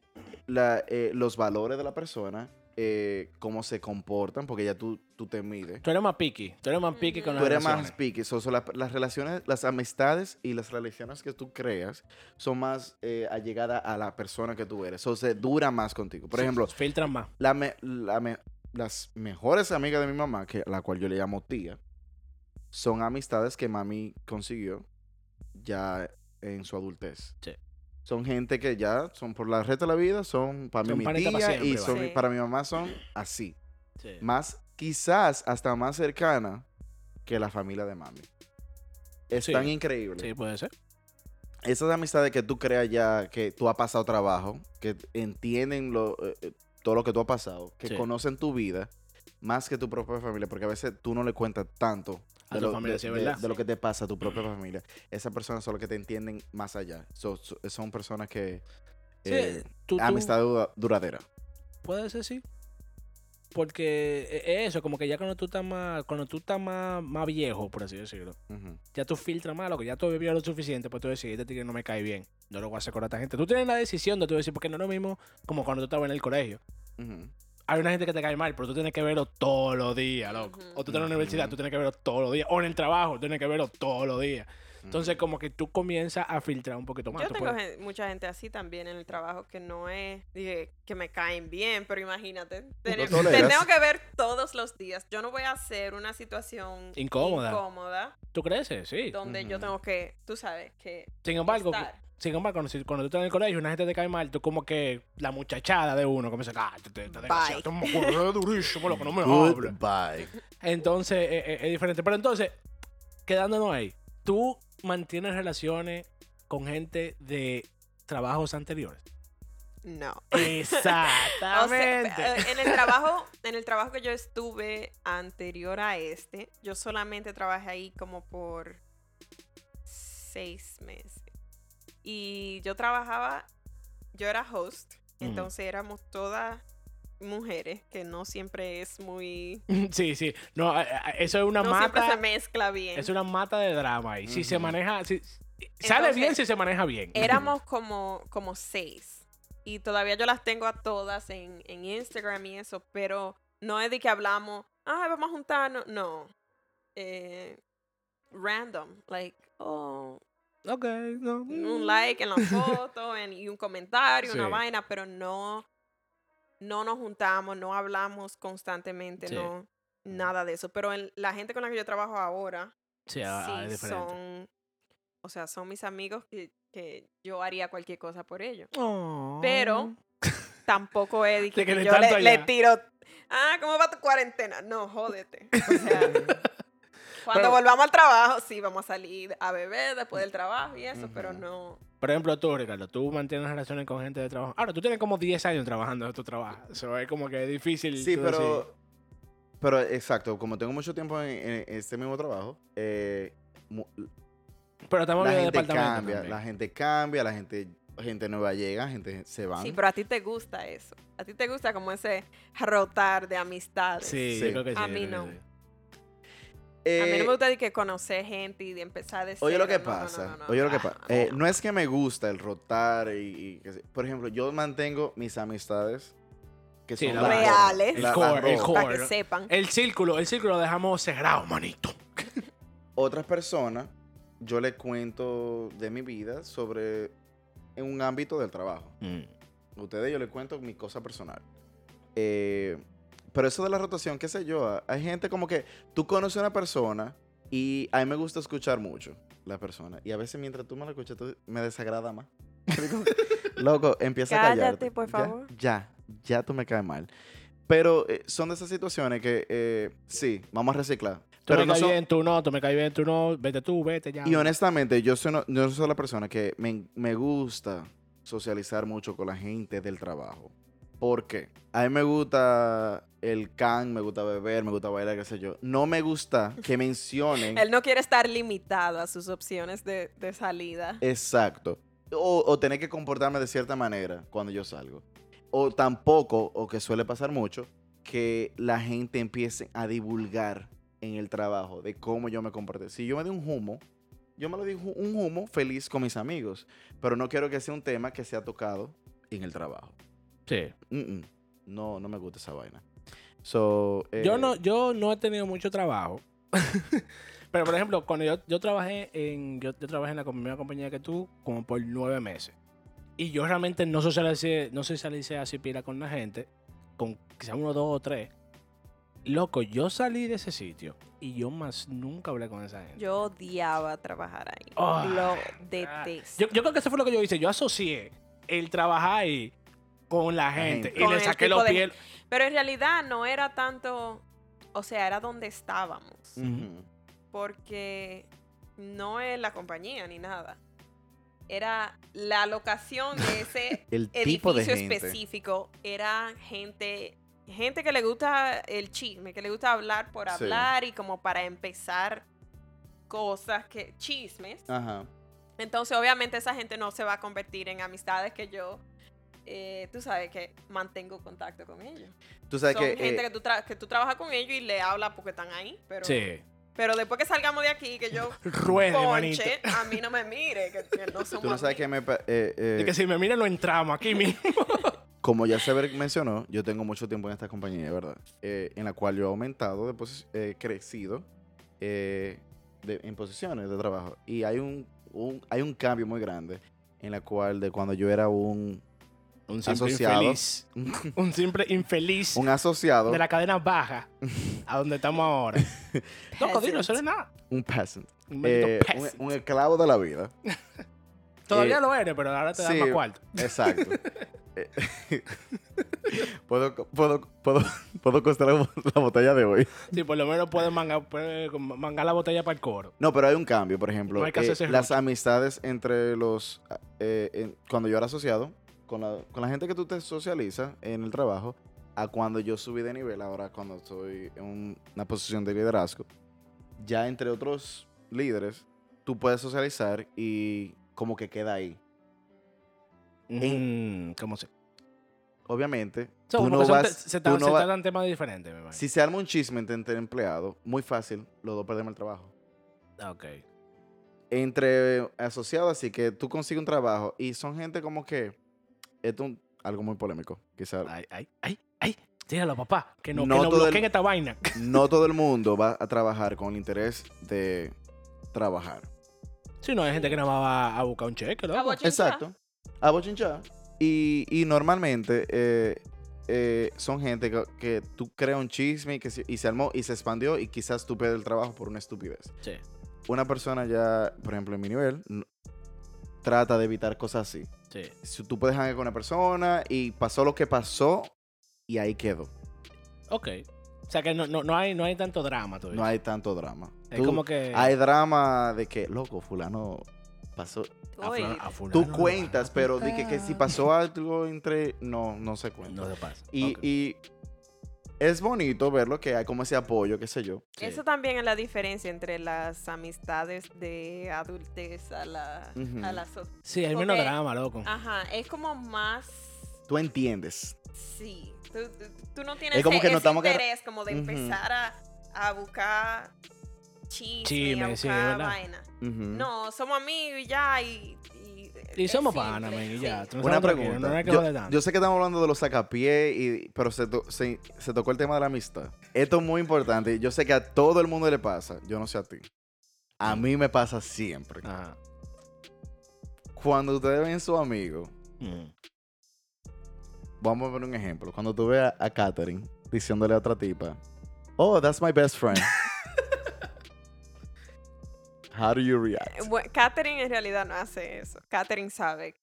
[SPEAKER 2] la- eh, los valores de la persona, eh, cómo se comportan, porque ya tú, tú te mides.
[SPEAKER 1] Tú eres más picky. Tú eres más picky
[SPEAKER 3] Ujú.
[SPEAKER 1] con
[SPEAKER 2] Tú
[SPEAKER 1] las
[SPEAKER 2] eres más
[SPEAKER 1] relaciones.
[SPEAKER 2] picky. So- so la- las relaciones, las amistades y las relaciones que tú creas son más eh, allegadas a la persona que tú eres. O se dura más contigo. Por
[SPEAKER 1] Sí,
[SPEAKER 2] ejemplo,
[SPEAKER 1] Filtras más.
[SPEAKER 2] la me- la me- las mejores amigas de mi mamá, que la cual yo le llamo tía, son amistades que mami consiguió ya en su adultez.
[SPEAKER 1] Sí.
[SPEAKER 2] Son gente que ya son por la red de la vida, son para mí
[SPEAKER 1] Son
[SPEAKER 2] mi
[SPEAKER 1] panitas pa'
[SPEAKER 2] tía
[SPEAKER 1] siempre,
[SPEAKER 2] y
[SPEAKER 1] va.
[SPEAKER 2] son,
[SPEAKER 3] Sí.
[SPEAKER 2] para mi mamá son así.
[SPEAKER 1] Sí.
[SPEAKER 2] Más, quizás hasta más cercana que la familia de mami. Es
[SPEAKER 1] Sí.
[SPEAKER 2] tan increíble
[SPEAKER 1] Sí, puede ser.
[SPEAKER 2] esas amistades que tú creas ya, que tú has pasado trabajo, que entienden lo, eh, eh, todo lo que tú has pasado, que
[SPEAKER 1] Sí.
[SPEAKER 2] conocen tu vida más que tu propia familia, porque a veces tú no le cuentas tanto
[SPEAKER 1] A tu familia,
[SPEAKER 2] de-
[SPEAKER 1] sí, Mm. es
[SPEAKER 2] de-
[SPEAKER 1] verdad.
[SPEAKER 2] de lo que te pasa a tu propia familia. Esas personas son las que te entienden más allá. So- so- son personas que...
[SPEAKER 1] Sí,
[SPEAKER 2] eh,
[SPEAKER 1] tú, tú-
[SPEAKER 2] amistad dura- duradera.
[SPEAKER 1] Puede ser, sí. Porque e- eso, como que ya cuando tú estás más, cuando tú estás más, más viejo, por así decirlo,
[SPEAKER 2] Ujú.
[SPEAKER 1] ya tú filtras más, lo que ya tú has vivido lo suficiente, pues tú decides, este tigre no me cae bien, no lo voy a hacer con esta gente. Tú tienes la decisión de tú decir, porque no es lo mismo como cuando tú estabas en el colegio.
[SPEAKER 2] Ujú.
[SPEAKER 1] Hay una gente que te cae mal, pero tú tienes que verlo todos los días, loco.
[SPEAKER 3] Ujú.
[SPEAKER 1] O tú estás en la
[SPEAKER 2] Ujú.
[SPEAKER 1] universidad, tú tienes que verlo todos los días. O en el trabajo, tienes que verlo todos los días. Entonces,
[SPEAKER 2] Ujú.
[SPEAKER 1] como que tú comienzas a filtrar un poquito más.
[SPEAKER 3] Yo
[SPEAKER 1] Tú
[SPEAKER 3] tengo
[SPEAKER 1] puedes-
[SPEAKER 3] gen- mucha gente así también en el trabajo que no es, dije, que me caen bien, pero imagínate, te, te
[SPEAKER 2] toleras.
[SPEAKER 3] tengo que ver todos los días. Yo no voy a hacer una situación
[SPEAKER 1] Incómoda.
[SPEAKER 3] incómoda,
[SPEAKER 1] Tú creces, sí.
[SPEAKER 3] donde yo
[SPEAKER 2] Ujú.
[SPEAKER 3] tengo que, tú sabes, que
[SPEAKER 1] Sin embargo,
[SPEAKER 3] estar.
[SPEAKER 1] Sin embargo, cuando, si- cuando tú estás en el colegio y una gente te cae mal, tú como que la muchachada de uno comienza a ah, te, te, te desgraciado,
[SPEAKER 3] Bye.
[SPEAKER 1] te me acuerdo, es durísimo, loco,
[SPEAKER 3] *laughs*
[SPEAKER 1] no me hables.
[SPEAKER 2] Goodbye.
[SPEAKER 1] Entonces, eh, eh, es diferente. Pero entonces, quedándonos ahí, tú mantienes relaciones con gente de trabajos anteriores.
[SPEAKER 3] No. *laughs* O sea,
[SPEAKER 1] Exactamente.
[SPEAKER 3] eh, en el trabajo, en el trabajo que yo estuve anterior a este, yo solamente trabajé ahí como por seis meses. Y yo trabajaba, yo era host,
[SPEAKER 1] Ujú.
[SPEAKER 3] entonces éramos todas mujeres, que no siempre es muy,
[SPEAKER 1] sí, sí. No, eh, eh, eso es una
[SPEAKER 3] no siempre se
[SPEAKER 1] mata.
[SPEAKER 3] mezcla bien.
[SPEAKER 1] Es una mata de drama. Y si se
[SPEAKER 2] Ujú.
[SPEAKER 1] maneja. Si, sale
[SPEAKER 3] Entonces, eh,
[SPEAKER 1] bien si se maneja bien.
[SPEAKER 3] Éramos como, como seis. Y todavía yo las tengo a todas en, en Instagram y eso, pero no es de que hablamos, ah, vamos a juntarnos. No. Eh, random. Like, oh,
[SPEAKER 1] Ok, no.
[SPEAKER 3] un like en la foto en- y un comentario, una
[SPEAKER 1] Mm. Sí.
[SPEAKER 3] vaina, pero no, no nos juntamos, no hablamos constantemente,
[SPEAKER 1] Sí.
[SPEAKER 3] no, nada de eso. Pero el- la gente con la que yo trabajo ahora,
[SPEAKER 1] Sí, ah, ah, es
[SPEAKER 3] sí,
[SPEAKER 1] diferente.
[SPEAKER 3] son, o sea, son mis amigos que, que yo haría cualquier cosa por ellos.
[SPEAKER 1] Oh.
[SPEAKER 3] Pero-
[SPEAKER 2] *laughs*
[SPEAKER 3] Tampoco es de que,
[SPEAKER 1] que le
[SPEAKER 3] yo
[SPEAKER 1] tanto
[SPEAKER 3] le, le
[SPEAKER 1] allá.
[SPEAKER 3] tiro, ah, ¿cómo va tu cuarentena? No, jódete. O
[SPEAKER 2] *laughs*
[SPEAKER 3] sea, cuando
[SPEAKER 1] Pero-
[SPEAKER 3] volvamos al trabajo, sí, vamos a salir a beber después del trabajo y eso, pero
[SPEAKER 2] Ujú.
[SPEAKER 3] no.
[SPEAKER 1] Por ejemplo, tú, Ricardo, tú mantienes relaciones con gente de trabajo. Ahora, tú tienes como 10 años trabajando en tu trabajo. Eso es como que es difícil.
[SPEAKER 2] Sí,
[SPEAKER 1] tú
[SPEAKER 2] pero.
[SPEAKER 1] decir,
[SPEAKER 2] Pero exacto, como tengo mucho tiempo en, en este mismo trabajo, eh, mu-
[SPEAKER 1] Pero estamos hablando
[SPEAKER 2] la
[SPEAKER 1] de
[SPEAKER 2] gente
[SPEAKER 1] departamento.
[SPEAKER 2] cambia,
[SPEAKER 1] también.
[SPEAKER 2] la gente cambia, la gente, gente nueva llega, gente se va.
[SPEAKER 3] Sí, pero a ti te gusta eso. A ti te gusta como ese rotar de amistades.
[SPEAKER 1] Sí,
[SPEAKER 2] Sí.
[SPEAKER 1] yo creo que sí. yo
[SPEAKER 3] A mí
[SPEAKER 1] creo que
[SPEAKER 3] no.
[SPEAKER 1] sí.
[SPEAKER 3] A mí no me gusta de que conocer gente y de empezar de
[SPEAKER 2] Eh, Oye lo
[SPEAKER 3] cero.
[SPEAKER 2] que
[SPEAKER 3] No, no, no,
[SPEAKER 2] pasa,
[SPEAKER 3] no, no.
[SPEAKER 2] oye lo que eh, pasa.
[SPEAKER 3] Ah, no.
[SPEAKER 2] no es que me gusta el rotar y, y que se- por ejemplo, yo mantengo mis amistades que
[SPEAKER 1] Sí,
[SPEAKER 2] son
[SPEAKER 1] la-
[SPEAKER 2] las-
[SPEAKER 3] Reales.
[SPEAKER 1] El
[SPEAKER 2] la- las
[SPEAKER 1] core, el
[SPEAKER 2] robo.
[SPEAKER 1] core.
[SPEAKER 3] Para que sepan.
[SPEAKER 1] El círculo, el círculo lo dejamos cerrado, manito.
[SPEAKER 2] Otras personas, yo le cuento de mi vida sobre en un ámbito del trabajo. A ustedes yo les cuento mi cosa personal. Eh, pero eso de la rotación, qué sé yo, a- hay gente como que tú conoces a una persona y a mí me gusta escuchar mucho la persona. Y a veces mientras tú me la escuchas, tú- me desagrada más. *laughs* Digo, Loco, empieza a
[SPEAKER 3] Cállate,
[SPEAKER 2] callarte.
[SPEAKER 3] por
[SPEAKER 2] Ya,
[SPEAKER 3] favor.
[SPEAKER 2] Ya, ya, tú me caes mal. Pero eh, son de esas situaciones que eh, sí, vamos a reciclar.
[SPEAKER 1] Tú
[SPEAKER 2] pero
[SPEAKER 1] me
[SPEAKER 2] no
[SPEAKER 1] caes
[SPEAKER 2] son-
[SPEAKER 1] bien, tú no. Tú me caes bien, tú no. Vete tú, vete ya.
[SPEAKER 2] y honestamente, yo soy, una- yo soy la persona que me, me gusta socializar mucho con la gente del trabajo. ¿Por qué? A mí me gusta el can, me gusta beber, me gusta bailar, qué sé yo. No me gusta que mencionen... Eh.
[SPEAKER 3] Él no quiere estar limitado a sus opciones de, de salida.
[SPEAKER 2] Exacto. o, o tener que comportarme de cierta manera cuando yo salgo. O tampoco, o que suele pasar mucho, que la gente empiece a divulgar en el trabajo de cómo yo me comporté. Si yo me di un humo, yo me lo di ju- un humo feliz con mis amigos, pero no quiero que sea un tema que sea tocado en el trabajo.
[SPEAKER 1] Sí.
[SPEAKER 2] Mm-mm. No, no me gusta esa vaina. So, eh,
[SPEAKER 1] Yo no, yo no he tenido mucho trabajo. *laughs* Pero, por ejemplo, cuando yo, yo trabajé en yo, yo trabajé en la misma compañía que tú, como por nueve meses. Y yo realmente no socialicé, no socialicé así pila con la gente, con quizá uno, dos o tres. Loco, yo salí de ese sitio y yo más nunca hablé con esa gente.
[SPEAKER 3] Yo odiaba trabajar ahí.
[SPEAKER 1] Ah,
[SPEAKER 3] Lo
[SPEAKER 1] ah.
[SPEAKER 3] detesto.
[SPEAKER 1] Yo, yo creo que eso fue lo que yo hice. Yo asocié el trabajar ahí con la gente,
[SPEAKER 2] gente.
[SPEAKER 1] y
[SPEAKER 3] Con
[SPEAKER 1] le
[SPEAKER 3] el
[SPEAKER 1] saqué
[SPEAKER 3] tipo
[SPEAKER 1] los
[SPEAKER 3] de
[SPEAKER 1] pies.
[SPEAKER 3] Pero en realidad no era tanto, o sea, era donde estábamos,
[SPEAKER 2] ujú.
[SPEAKER 3] porque no es la compañía ni nada. Era la locación de ese
[SPEAKER 2] El *laughs* tipo
[SPEAKER 3] edificio
[SPEAKER 2] de gente.
[SPEAKER 3] específico, era gente gente que le gusta el chisme, que le gusta hablar por
[SPEAKER 2] Sí.
[SPEAKER 3] hablar y como para empezar cosas que chismes.
[SPEAKER 2] Ajá.
[SPEAKER 3] Entonces, obviamente, esa gente no se va a convertir en amistades que yo, eh, tú sabes, que mantengo contacto con ellos.
[SPEAKER 2] Tú sabes
[SPEAKER 3] Son
[SPEAKER 2] que, eh,
[SPEAKER 3] gente que, tú tra- que tú trabajas con ellos y le hablas porque están ahí. Pero,
[SPEAKER 1] Sí.
[SPEAKER 3] pero después que salgamos de aquí,
[SPEAKER 1] *laughs*
[SPEAKER 3] que yo
[SPEAKER 1] Ruede, manito.
[SPEAKER 3] ponche, a mí no me mire, que, que no
[SPEAKER 2] *laughs*
[SPEAKER 3] somos
[SPEAKER 2] tú no sabes que
[SPEAKER 3] amigos.
[SPEAKER 2] me... pa- eh, eh,
[SPEAKER 1] De que si me miran lo entramos aquí mismo.
[SPEAKER 2] Como ya se mencionó, yo tengo mucho tiempo en esta compañía, ¿verdad? Eh, en la cual yo he aumentado, de posi- eh, crecido eh, de- en posiciones de trabajo. Y hay un, un- hay un cambio muy grande en la cual de cuando yo era *laughs* un,
[SPEAKER 1] Un simple
[SPEAKER 2] Asociado.
[SPEAKER 1] infeliz. Un simple infeliz
[SPEAKER 2] un asociado,
[SPEAKER 1] de la cadena
[SPEAKER 2] *laughs*
[SPEAKER 1] baja a donde estamos ahora. No,
[SPEAKER 3] Peasant.
[SPEAKER 1] Codino, eso no es nada.
[SPEAKER 2] un peasant,
[SPEAKER 1] Un maldito
[SPEAKER 2] eh, un-
[SPEAKER 1] peasant.
[SPEAKER 2] un, esclavo de la vida.
[SPEAKER 1] Todavía
[SPEAKER 2] eh,
[SPEAKER 1] lo eres, pero ahora te dan
[SPEAKER 2] sí.
[SPEAKER 1] más cuarto. *laughs*
[SPEAKER 2] Exacto. Eh, *laughs* puedo, puedo, puedo, puedo costar la, bo- la botella de hoy.
[SPEAKER 1] Sí, por lo menos puedes mangar, puedes mangar la botella para el coro.
[SPEAKER 2] No, pero hay un cambio, por ejemplo.
[SPEAKER 1] No hay que
[SPEAKER 2] eh,
[SPEAKER 1] hacerse
[SPEAKER 2] las amistades entre los... eh, en- cuando yo era asociado, con la, con la gente que tú te socializas en el trabajo, a cuando yo subí de nivel, ahora cuando estoy en un- una posición de liderazgo, ya entre otros líderes, tú puedes socializar y como que queda ahí.
[SPEAKER 1] Mm, ¿Cómo se?
[SPEAKER 2] Obviamente,
[SPEAKER 1] So,
[SPEAKER 2] tú
[SPEAKER 1] como
[SPEAKER 2] no
[SPEAKER 1] que son
[SPEAKER 2] vas...
[SPEAKER 1] te- se
[SPEAKER 2] tú
[SPEAKER 1] ta-
[SPEAKER 2] no
[SPEAKER 1] se
[SPEAKER 2] va-
[SPEAKER 1] tratan temas diferentes, me imagino.
[SPEAKER 2] si se arma un chisme entre empleados, muy fácil, los dos perdemos el trabajo.
[SPEAKER 1] Ah, Ok.
[SPEAKER 2] entre asociados, así que tú consigues un trabajo y son gente como que esto es un- algo muy polémico, quizás
[SPEAKER 1] Ay, ay, ay, ay. Tíralo, papá. Que no,
[SPEAKER 2] No
[SPEAKER 1] que no
[SPEAKER 2] todo el-
[SPEAKER 1] bloqueen esta vaina.
[SPEAKER 2] no todo el mundo va a trabajar con el interés de trabajar.
[SPEAKER 1] Si no, hay gente que no va a buscar un cheque,
[SPEAKER 3] A
[SPEAKER 1] loco.
[SPEAKER 3] bochinchar.
[SPEAKER 2] Exacto. A bochinchar. Y, y normalmente eh, eh, son gente que, que tú creas un chisme y, que se, y se armó y se expandió y quizás tú pierdes el trabajo por una estupidez.
[SPEAKER 1] Sí.
[SPEAKER 2] Una persona ya, por ejemplo, en mi nivel, n- trata de evitar cosas así.
[SPEAKER 1] Sí.
[SPEAKER 2] si tú puedes hangar con una persona y pasó lo que pasó y ahí quedó.
[SPEAKER 1] Ok. O sea que no, no, no hay, no hay tanto drama todavía.
[SPEAKER 2] No hay tanto drama.
[SPEAKER 1] Es
[SPEAKER 2] Tú-
[SPEAKER 1] como que.
[SPEAKER 2] Hay drama de que, loco, fulano pasó.
[SPEAKER 1] a
[SPEAKER 3] Uy,
[SPEAKER 1] fulano- a fulano
[SPEAKER 2] Tú
[SPEAKER 1] no lo
[SPEAKER 2] cuentas,
[SPEAKER 1] van a
[SPEAKER 2] pero de que, que
[SPEAKER 1] tocar. *laughs*
[SPEAKER 2] si pasó algo entre... No, no se cuenta.
[SPEAKER 1] No se pasa.
[SPEAKER 2] y,
[SPEAKER 1] Ok.
[SPEAKER 2] y es bonito verlo que hay como ese apoyo, qué sé yo.
[SPEAKER 1] Sí.
[SPEAKER 3] Eso también es la diferencia entre las amistades de adultez a la,
[SPEAKER 2] Ujú.
[SPEAKER 3] a la so-
[SPEAKER 1] Sí, hay menos
[SPEAKER 3] porque-
[SPEAKER 1] drama, loco.
[SPEAKER 3] Ajá, es como más...
[SPEAKER 2] Tú entiendes.
[SPEAKER 3] Sí, tú, tú- tú no tienes
[SPEAKER 2] Es como
[SPEAKER 3] ese,
[SPEAKER 2] que nos
[SPEAKER 3] ese
[SPEAKER 2] estamos agarra-
[SPEAKER 3] interés como de
[SPEAKER 2] Ujú.
[SPEAKER 3] empezar a, a buscar chisme, a
[SPEAKER 1] Chisme, sí, es
[SPEAKER 3] buscar
[SPEAKER 1] verdad.
[SPEAKER 3] vaina.
[SPEAKER 2] Ujú.
[SPEAKER 3] No, somos amigos y ya, y... Y,
[SPEAKER 1] Y
[SPEAKER 3] es
[SPEAKER 1] somos
[SPEAKER 3] simple,
[SPEAKER 1] panas, men, y
[SPEAKER 3] sí.
[SPEAKER 1] ya. Tú no
[SPEAKER 2] Una
[SPEAKER 1] sabes tranquilo,
[SPEAKER 2] pregunta.
[SPEAKER 1] No hay que joder
[SPEAKER 2] yo,
[SPEAKER 1] tanto.
[SPEAKER 2] yo sé que estamos hablando de los sacapiés, y, pero se, to- se- se tocó el tema de la amistad. Esto es muy importante. Yo sé que a todo el mundo le pasa. Yo no sé a ti. A mí me pasa siempre.
[SPEAKER 1] Ajá.
[SPEAKER 2] Cuando ustedes ven su amigo,
[SPEAKER 1] Mm.
[SPEAKER 2] vamos a poner un ejemplo. Cuando tú ves a, a Katherine diciéndole a otra tipa, Oh, that's my best
[SPEAKER 1] *laughs*
[SPEAKER 2] friend. How do you react?
[SPEAKER 3] Bueno, Katherine Eh, en realidad no hace eso.
[SPEAKER 2] *laughs*
[SPEAKER 3] Katherine sabe.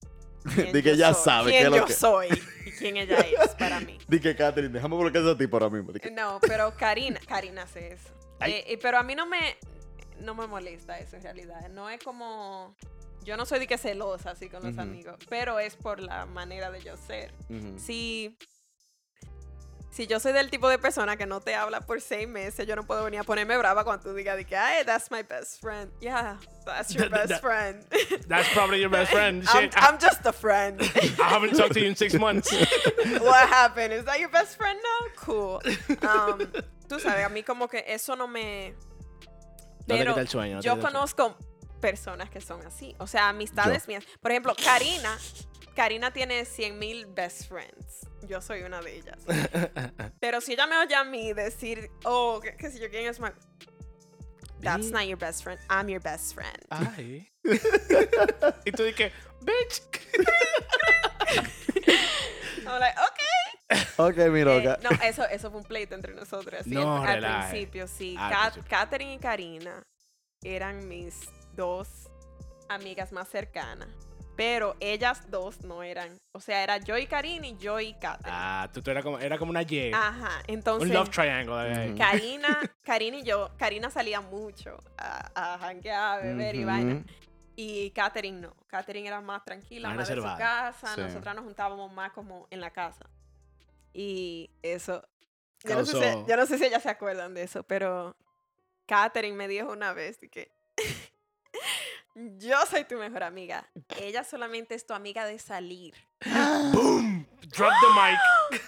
[SPEAKER 3] quién
[SPEAKER 2] Di que
[SPEAKER 3] yo
[SPEAKER 2] ya
[SPEAKER 3] soy,
[SPEAKER 2] sabe qué
[SPEAKER 3] quién
[SPEAKER 2] es lo
[SPEAKER 3] yo
[SPEAKER 2] que-
[SPEAKER 3] soy y quién ella es para
[SPEAKER 1] *laughs*
[SPEAKER 3] mí.
[SPEAKER 2] *laughs* Dije, Katherine, déjame bloquear a ti por ahora mismo. Di que-
[SPEAKER 3] No, pero Karina, Karina hace eso.
[SPEAKER 2] Ay.
[SPEAKER 3] Eh, eh, pero a mí no me, no me molesta eso en realidad. No es como, yo no soy de que celosa así con los
[SPEAKER 2] Ujú.
[SPEAKER 3] Eh, amigos, pero es por la manera de yo ser.
[SPEAKER 2] Ujú.
[SPEAKER 3] Si si yo soy del tipo de persona que no te habla por seis meses, yo no puedo venir a ponerme brava cuando tú digas de que, ay, that's my best friend. Yeah, that's your
[SPEAKER 1] *laughs* That-
[SPEAKER 3] best
[SPEAKER 1] that-
[SPEAKER 3] friend.
[SPEAKER 1] That's probably your best friend.
[SPEAKER 3] *laughs* I'm,
[SPEAKER 1] Shit, I,
[SPEAKER 3] I'm just a friend. *laughs*
[SPEAKER 1] I haven't talked to you in six months.
[SPEAKER 3] What happened? Is that your best friend now?
[SPEAKER 1] *laughs*
[SPEAKER 3] Cool. Um, tú sabes, a mí como que eso no me...
[SPEAKER 1] No te
[SPEAKER 3] Pero
[SPEAKER 1] quita el sueño. no te
[SPEAKER 3] yo
[SPEAKER 1] quita el sueño.
[SPEAKER 3] conozco personas que son así. O sea, amistades mías. Por ejemplo, Karina. Karina tiene 100.000 mil best friends. Yo soy una de ellas. Pero si ella me oye a mí decir, oh, que, que si yo quién es más. That's
[SPEAKER 1] Sí.
[SPEAKER 3] not your best friend. I'm your best friend.
[SPEAKER 1] *laughs* Ah. Ay. y tú dije, bitch.
[SPEAKER 3] I'm like, okay.
[SPEAKER 2] Ok, mi
[SPEAKER 3] Eh,
[SPEAKER 2] loca.
[SPEAKER 3] no, eso, eso fue un pleito entre nosotras. sí,
[SPEAKER 1] No, Ah,
[SPEAKER 3] al, al
[SPEAKER 1] relaje.
[SPEAKER 3] principio, sí.
[SPEAKER 1] Al
[SPEAKER 3] Kat-
[SPEAKER 1] principio.
[SPEAKER 3] Katherine y Karina eran mis dos amigas más cercanas. Pero ellas dos no eran. O sea, era yo y Karina y yo y Katherine.
[SPEAKER 1] Ah, tú, tú era, como, era como una Y.
[SPEAKER 3] Ajá. Ah, Entonces,
[SPEAKER 1] un love triangle. eh. ahí.
[SPEAKER 2] Ujú.
[SPEAKER 3] Karina, Karina y yo, Karina salía mucho a, a janguear, a beber y
[SPEAKER 2] Ujú.
[SPEAKER 3] vaina. Y Katherine no. Katherine era más tranquila,
[SPEAKER 1] Más
[SPEAKER 3] más, de su
[SPEAKER 1] reservada.
[SPEAKER 3] casa.
[SPEAKER 2] Sí.
[SPEAKER 3] Nosotras nos juntábamos más como en la casa. Y eso. Yo, no, sé
[SPEAKER 1] Causó-
[SPEAKER 3] si, yo no sé si ellas se acuerdan de eso, pero Katherine me dijo una vez de que *laughs* yo soy tu
[SPEAKER 1] *laughs*
[SPEAKER 3] mejor amiga. Ella solamente es tu amiga de salir.
[SPEAKER 1] Drop the mic.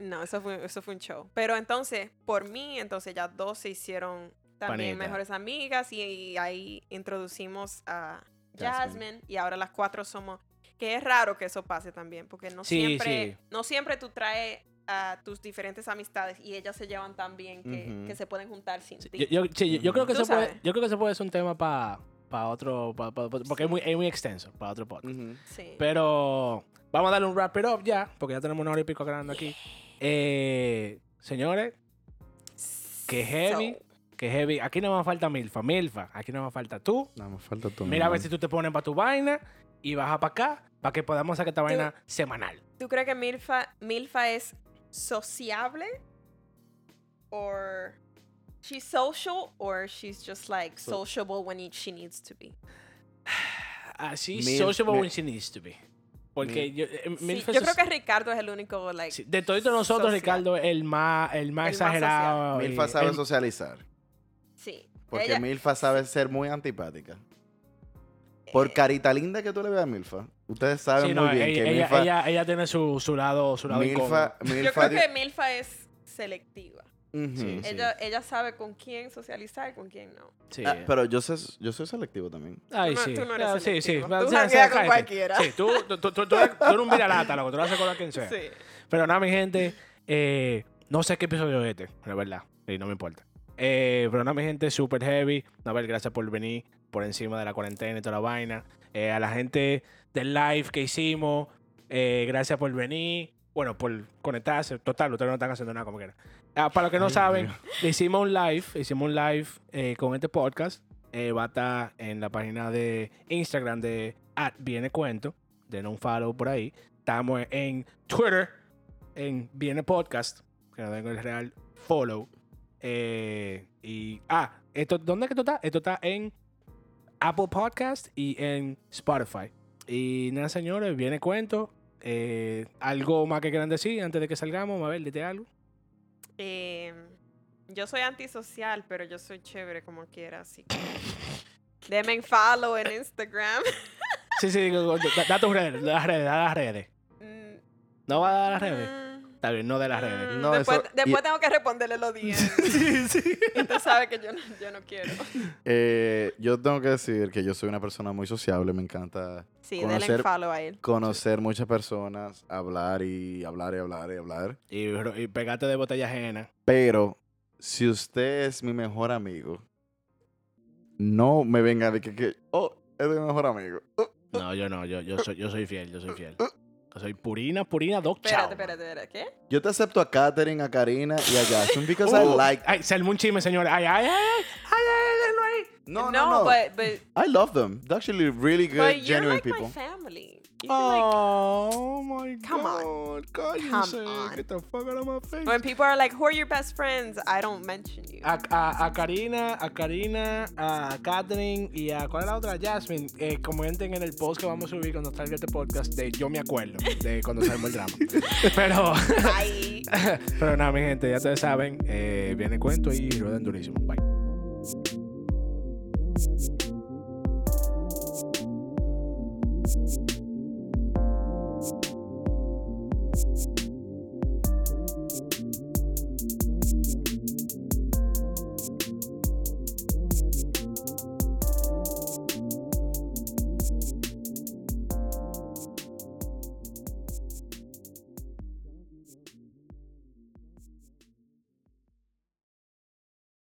[SPEAKER 3] No, eso fue, eso fue un show. Pero entonces, por mí, entonces ya dos se hicieron también
[SPEAKER 1] Panita.
[SPEAKER 3] mejores amigas y, y ahí introducimos a
[SPEAKER 2] Jasmine.
[SPEAKER 3] Jasmine, y ahora las cuatro somos... Que es raro que eso pase también, porque no
[SPEAKER 1] Sí,
[SPEAKER 3] siempre
[SPEAKER 1] sí.
[SPEAKER 3] no siempre tú traes a tus diferentes amistades y ellas se llevan tan bien que,
[SPEAKER 2] Ujú.
[SPEAKER 3] que se pueden juntar sin ti.
[SPEAKER 1] Yo, yo- sí, yo- yo creo que
[SPEAKER 3] Tú
[SPEAKER 1] eso puede,
[SPEAKER 3] sabes.
[SPEAKER 1] yo creo que eso puede ser un tema para otro, pa- pa- pa- porque es, muy, es muy extenso, para otro podcast.
[SPEAKER 2] Ujú.
[SPEAKER 3] Sí.
[SPEAKER 1] Pero vamos a darle un wrap it up ya, porque ya tenemos una hora y pico grabando aquí. Eh, señores, que heavy, que heavy. Aquí no más falta Milfa, Milfa. Aquí no más falta tú.
[SPEAKER 2] No, me falta tu
[SPEAKER 1] Mira a ver
[SPEAKER 2] nombre.
[SPEAKER 1] si tú te pones para tu vaina y baja para acá para que podamos sacar esta vaina semanal.
[SPEAKER 3] ¿Tú crees que Milfa, Milfa es sociable? Or she's social or she's just like
[SPEAKER 2] So-
[SPEAKER 3] sociable when it- she needs to be.
[SPEAKER 1] Así
[SPEAKER 2] Mil-
[SPEAKER 1] sociable
[SPEAKER 2] mil-
[SPEAKER 1] when she needs to be. Porque
[SPEAKER 2] Mil-
[SPEAKER 1] yo, eh,
[SPEAKER 3] Sí,
[SPEAKER 1] Milfa
[SPEAKER 3] yo
[SPEAKER 1] es
[SPEAKER 3] creo que Ricardo es el único like
[SPEAKER 1] Sí, de todos nosotros,
[SPEAKER 3] social.
[SPEAKER 1] Ricardo, el más, el más
[SPEAKER 3] El más
[SPEAKER 1] exagerado. y-
[SPEAKER 2] Milfa sabe
[SPEAKER 1] el-
[SPEAKER 2] socializar.
[SPEAKER 3] sí.
[SPEAKER 2] Porque
[SPEAKER 3] Ella-
[SPEAKER 2] Milfa sabe ser muy antipática.
[SPEAKER 3] Eh.
[SPEAKER 2] Por carita linda que tú le veas a Milfa. Ustedes saben
[SPEAKER 1] Sí,
[SPEAKER 2] muy
[SPEAKER 1] no,
[SPEAKER 2] bien
[SPEAKER 1] ella,
[SPEAKER 2] que
[SPEAKER 1] ella-
[SPEAKER 2] Milfa.
[SPEAKER 1] ella- ella tiene su, su lado, su lado
[SPEAKER 2] Milfa,
[SPEAKER 3] yo
[SPEAKER 2] Milfa
[SPEAKER 3] creo
[SPEAKER 2] di-
[SPEAKER 3] que Milfa es selectiva.
[SPEAKER 2] Ujú.
[SPEAKER 1] Sí.
[SPEAKER 3] Ella ella sabe con quién socializar y con quién no.
[SPEAKER 1] incómodo. Sí.
[SPEAKER 2] Ah, pero yo, sé, yo soy selectivo también.
[SPEAKER 1] Ay,
[SPEAKER 3] Tú no-
[SPEAKER 1] sí.
[SPEAKER 3] tú no eres
[SPEAKER 1] Ah, sí, sí.
[SPEAKER 3] selectivo. Tú
[SPEAKER 1] O sea,
[SPEAKER 3] jangueas
[SPEAKER 1] sea,
[SPEAKER 3] con
[SPEAKER 1] cállate.
[SPEAKER 3] cualquiera.
[SPEAKER 1] Sí, tú, tú, tú, tú- tú eres, tú eres un viralata, loco. Tú lo haces con la quien sea.
[SPEAKER 3] Sí.
[SPEAKER 1] Pero nada, mi gente, eh, no sé qué episodio es este, la verdad. Y no me importa. Eh, pero nada, mi gente, super heavy. Nabel, gracias por venir por encima de la cuarentena y toda la vaina. Eh, a la gente del live que hicimos, eh, gracias por venir. Bueno, por conectarse. Total, ustedes no están haciendo nada como quieran. Ah, para los que no
[SPEAKER 2] Ay,
[SPEAKER 1] saben, hicimos un live, hicimos un live eh, con este podcast. Eh, va a estar en la página de Instagram de at Viene Cuento. Den un follow por ahí. Estamos en Twitter, en Viene Podcast, que no tengo el real follow. Eh, y, ah, esto, ¿dónde es que esto está? Esto está en Apple Podcast y en Spotify. Y nada, señores, viene cuento. Eh, algo más que quieran decir antes de que salgamos, a ver, dite algo.
[SPEAKER 3] Eh, yo soy antisocial, pero yo soy chévere como quiera,
[SPEAKER 1] *laughs*
[SPEAKER 3] así que. Deme en follow en Instagram.
[SPEAKER 1] Sí, sí, digo, da, da tus redes, da las redes, da las redes.
[SPEAKER 3] Mm,
[SPEAKER 1] No va a dar las redes.
[SPEAKER 3] mm,
[SPEAKER 1] Está bien, no de las redes.
[SPEAKER 3] mm,
[SPEAKER 2] No,
[SPEAKER 3] después
[SPEAKER 2] eso-
[SPEAKER 3] después
[SPEAKER 2] y-
[SPEAKER 3] tengo que responderle
[SPEAKER 1] *laughs*
[SPEAKER 3] los días.
[SPEAKER 1] Ah. Sí, sí.
[SPEAKER 3] y tú sabes que yo no, yo no quiero.
[SPEAKER 2] Eh, yo tengo que decir que yo soy una persona muy sociable. Me encanta
[SPEAKER 3] Sí,
[SPEAKER 2] Conocer-
[SPEAKER 3] denle en follow a él.
[SPEAKER 2] conocer muchas personas, hablar y hablar y hablar y hablar.
[SPEAKER 1] Y, bro, y pegate de botella ajena.
[SPEAKER 2] Pero si usted es mi mejor amigo, no me venga de que, que, oh, es mi mejor amigo. Oh,
[SPEAKER 1] No, yo no, yo, yo, soy, yo soy fiel, yo soy fiel. Yo soy purina, purina, doc, chao.
[SPEAKER 3] Espérate, espérate, espérate. ¿Qué?
[SPEAKER 2] Yo te acepto a Katherine, a Karina y a Jason because I
[SPEAKER 3] Oh.
[SPEAKER 1] Uh,
[SPEAKER 2] like.
[SPEAKER 1] Ay, se armó un chisme, señores. Ay, ay, ay, ay, ay, ay, déjenlo ahí.
[SPEAKER 2] No, no, no.
[SPEAKER 3] but, but,
[SPEAKER 2] I love them. They're actually really good,
[SPEAKER 3] but you're
[SPEAKER 2] genuine
[SPEAKER 3] like my
[SPEAKER 2] people.
[SPEAKER 3] family. You feel like-
[SPEAKER 1] Oh my
[SPEAKER 3] Come on.
[SPEAKER 1] god. Cállense.
[SPEAKER 3] on.
[SPEAKER 1] Get the fuck out of my face.
[SPEAKER 3] when people are like, who are your best friends? I don't mention you. *laughs*
[SPEAKER 1] A, a, a Karina, a Karina, a Katherine y a ¿cuál es la otra? Jasmine, eh, comenten en el post que vamos a subir cuando salga este podcast de Yo me acuerdo de cuando salga el *laughs* drama. Pero,
[SPEAKER 3] Bye.
[SPEAKER 1] pero nada, mi gente, ya ustedes saben, eh, viene el cuento y rueden durísimo. Bye.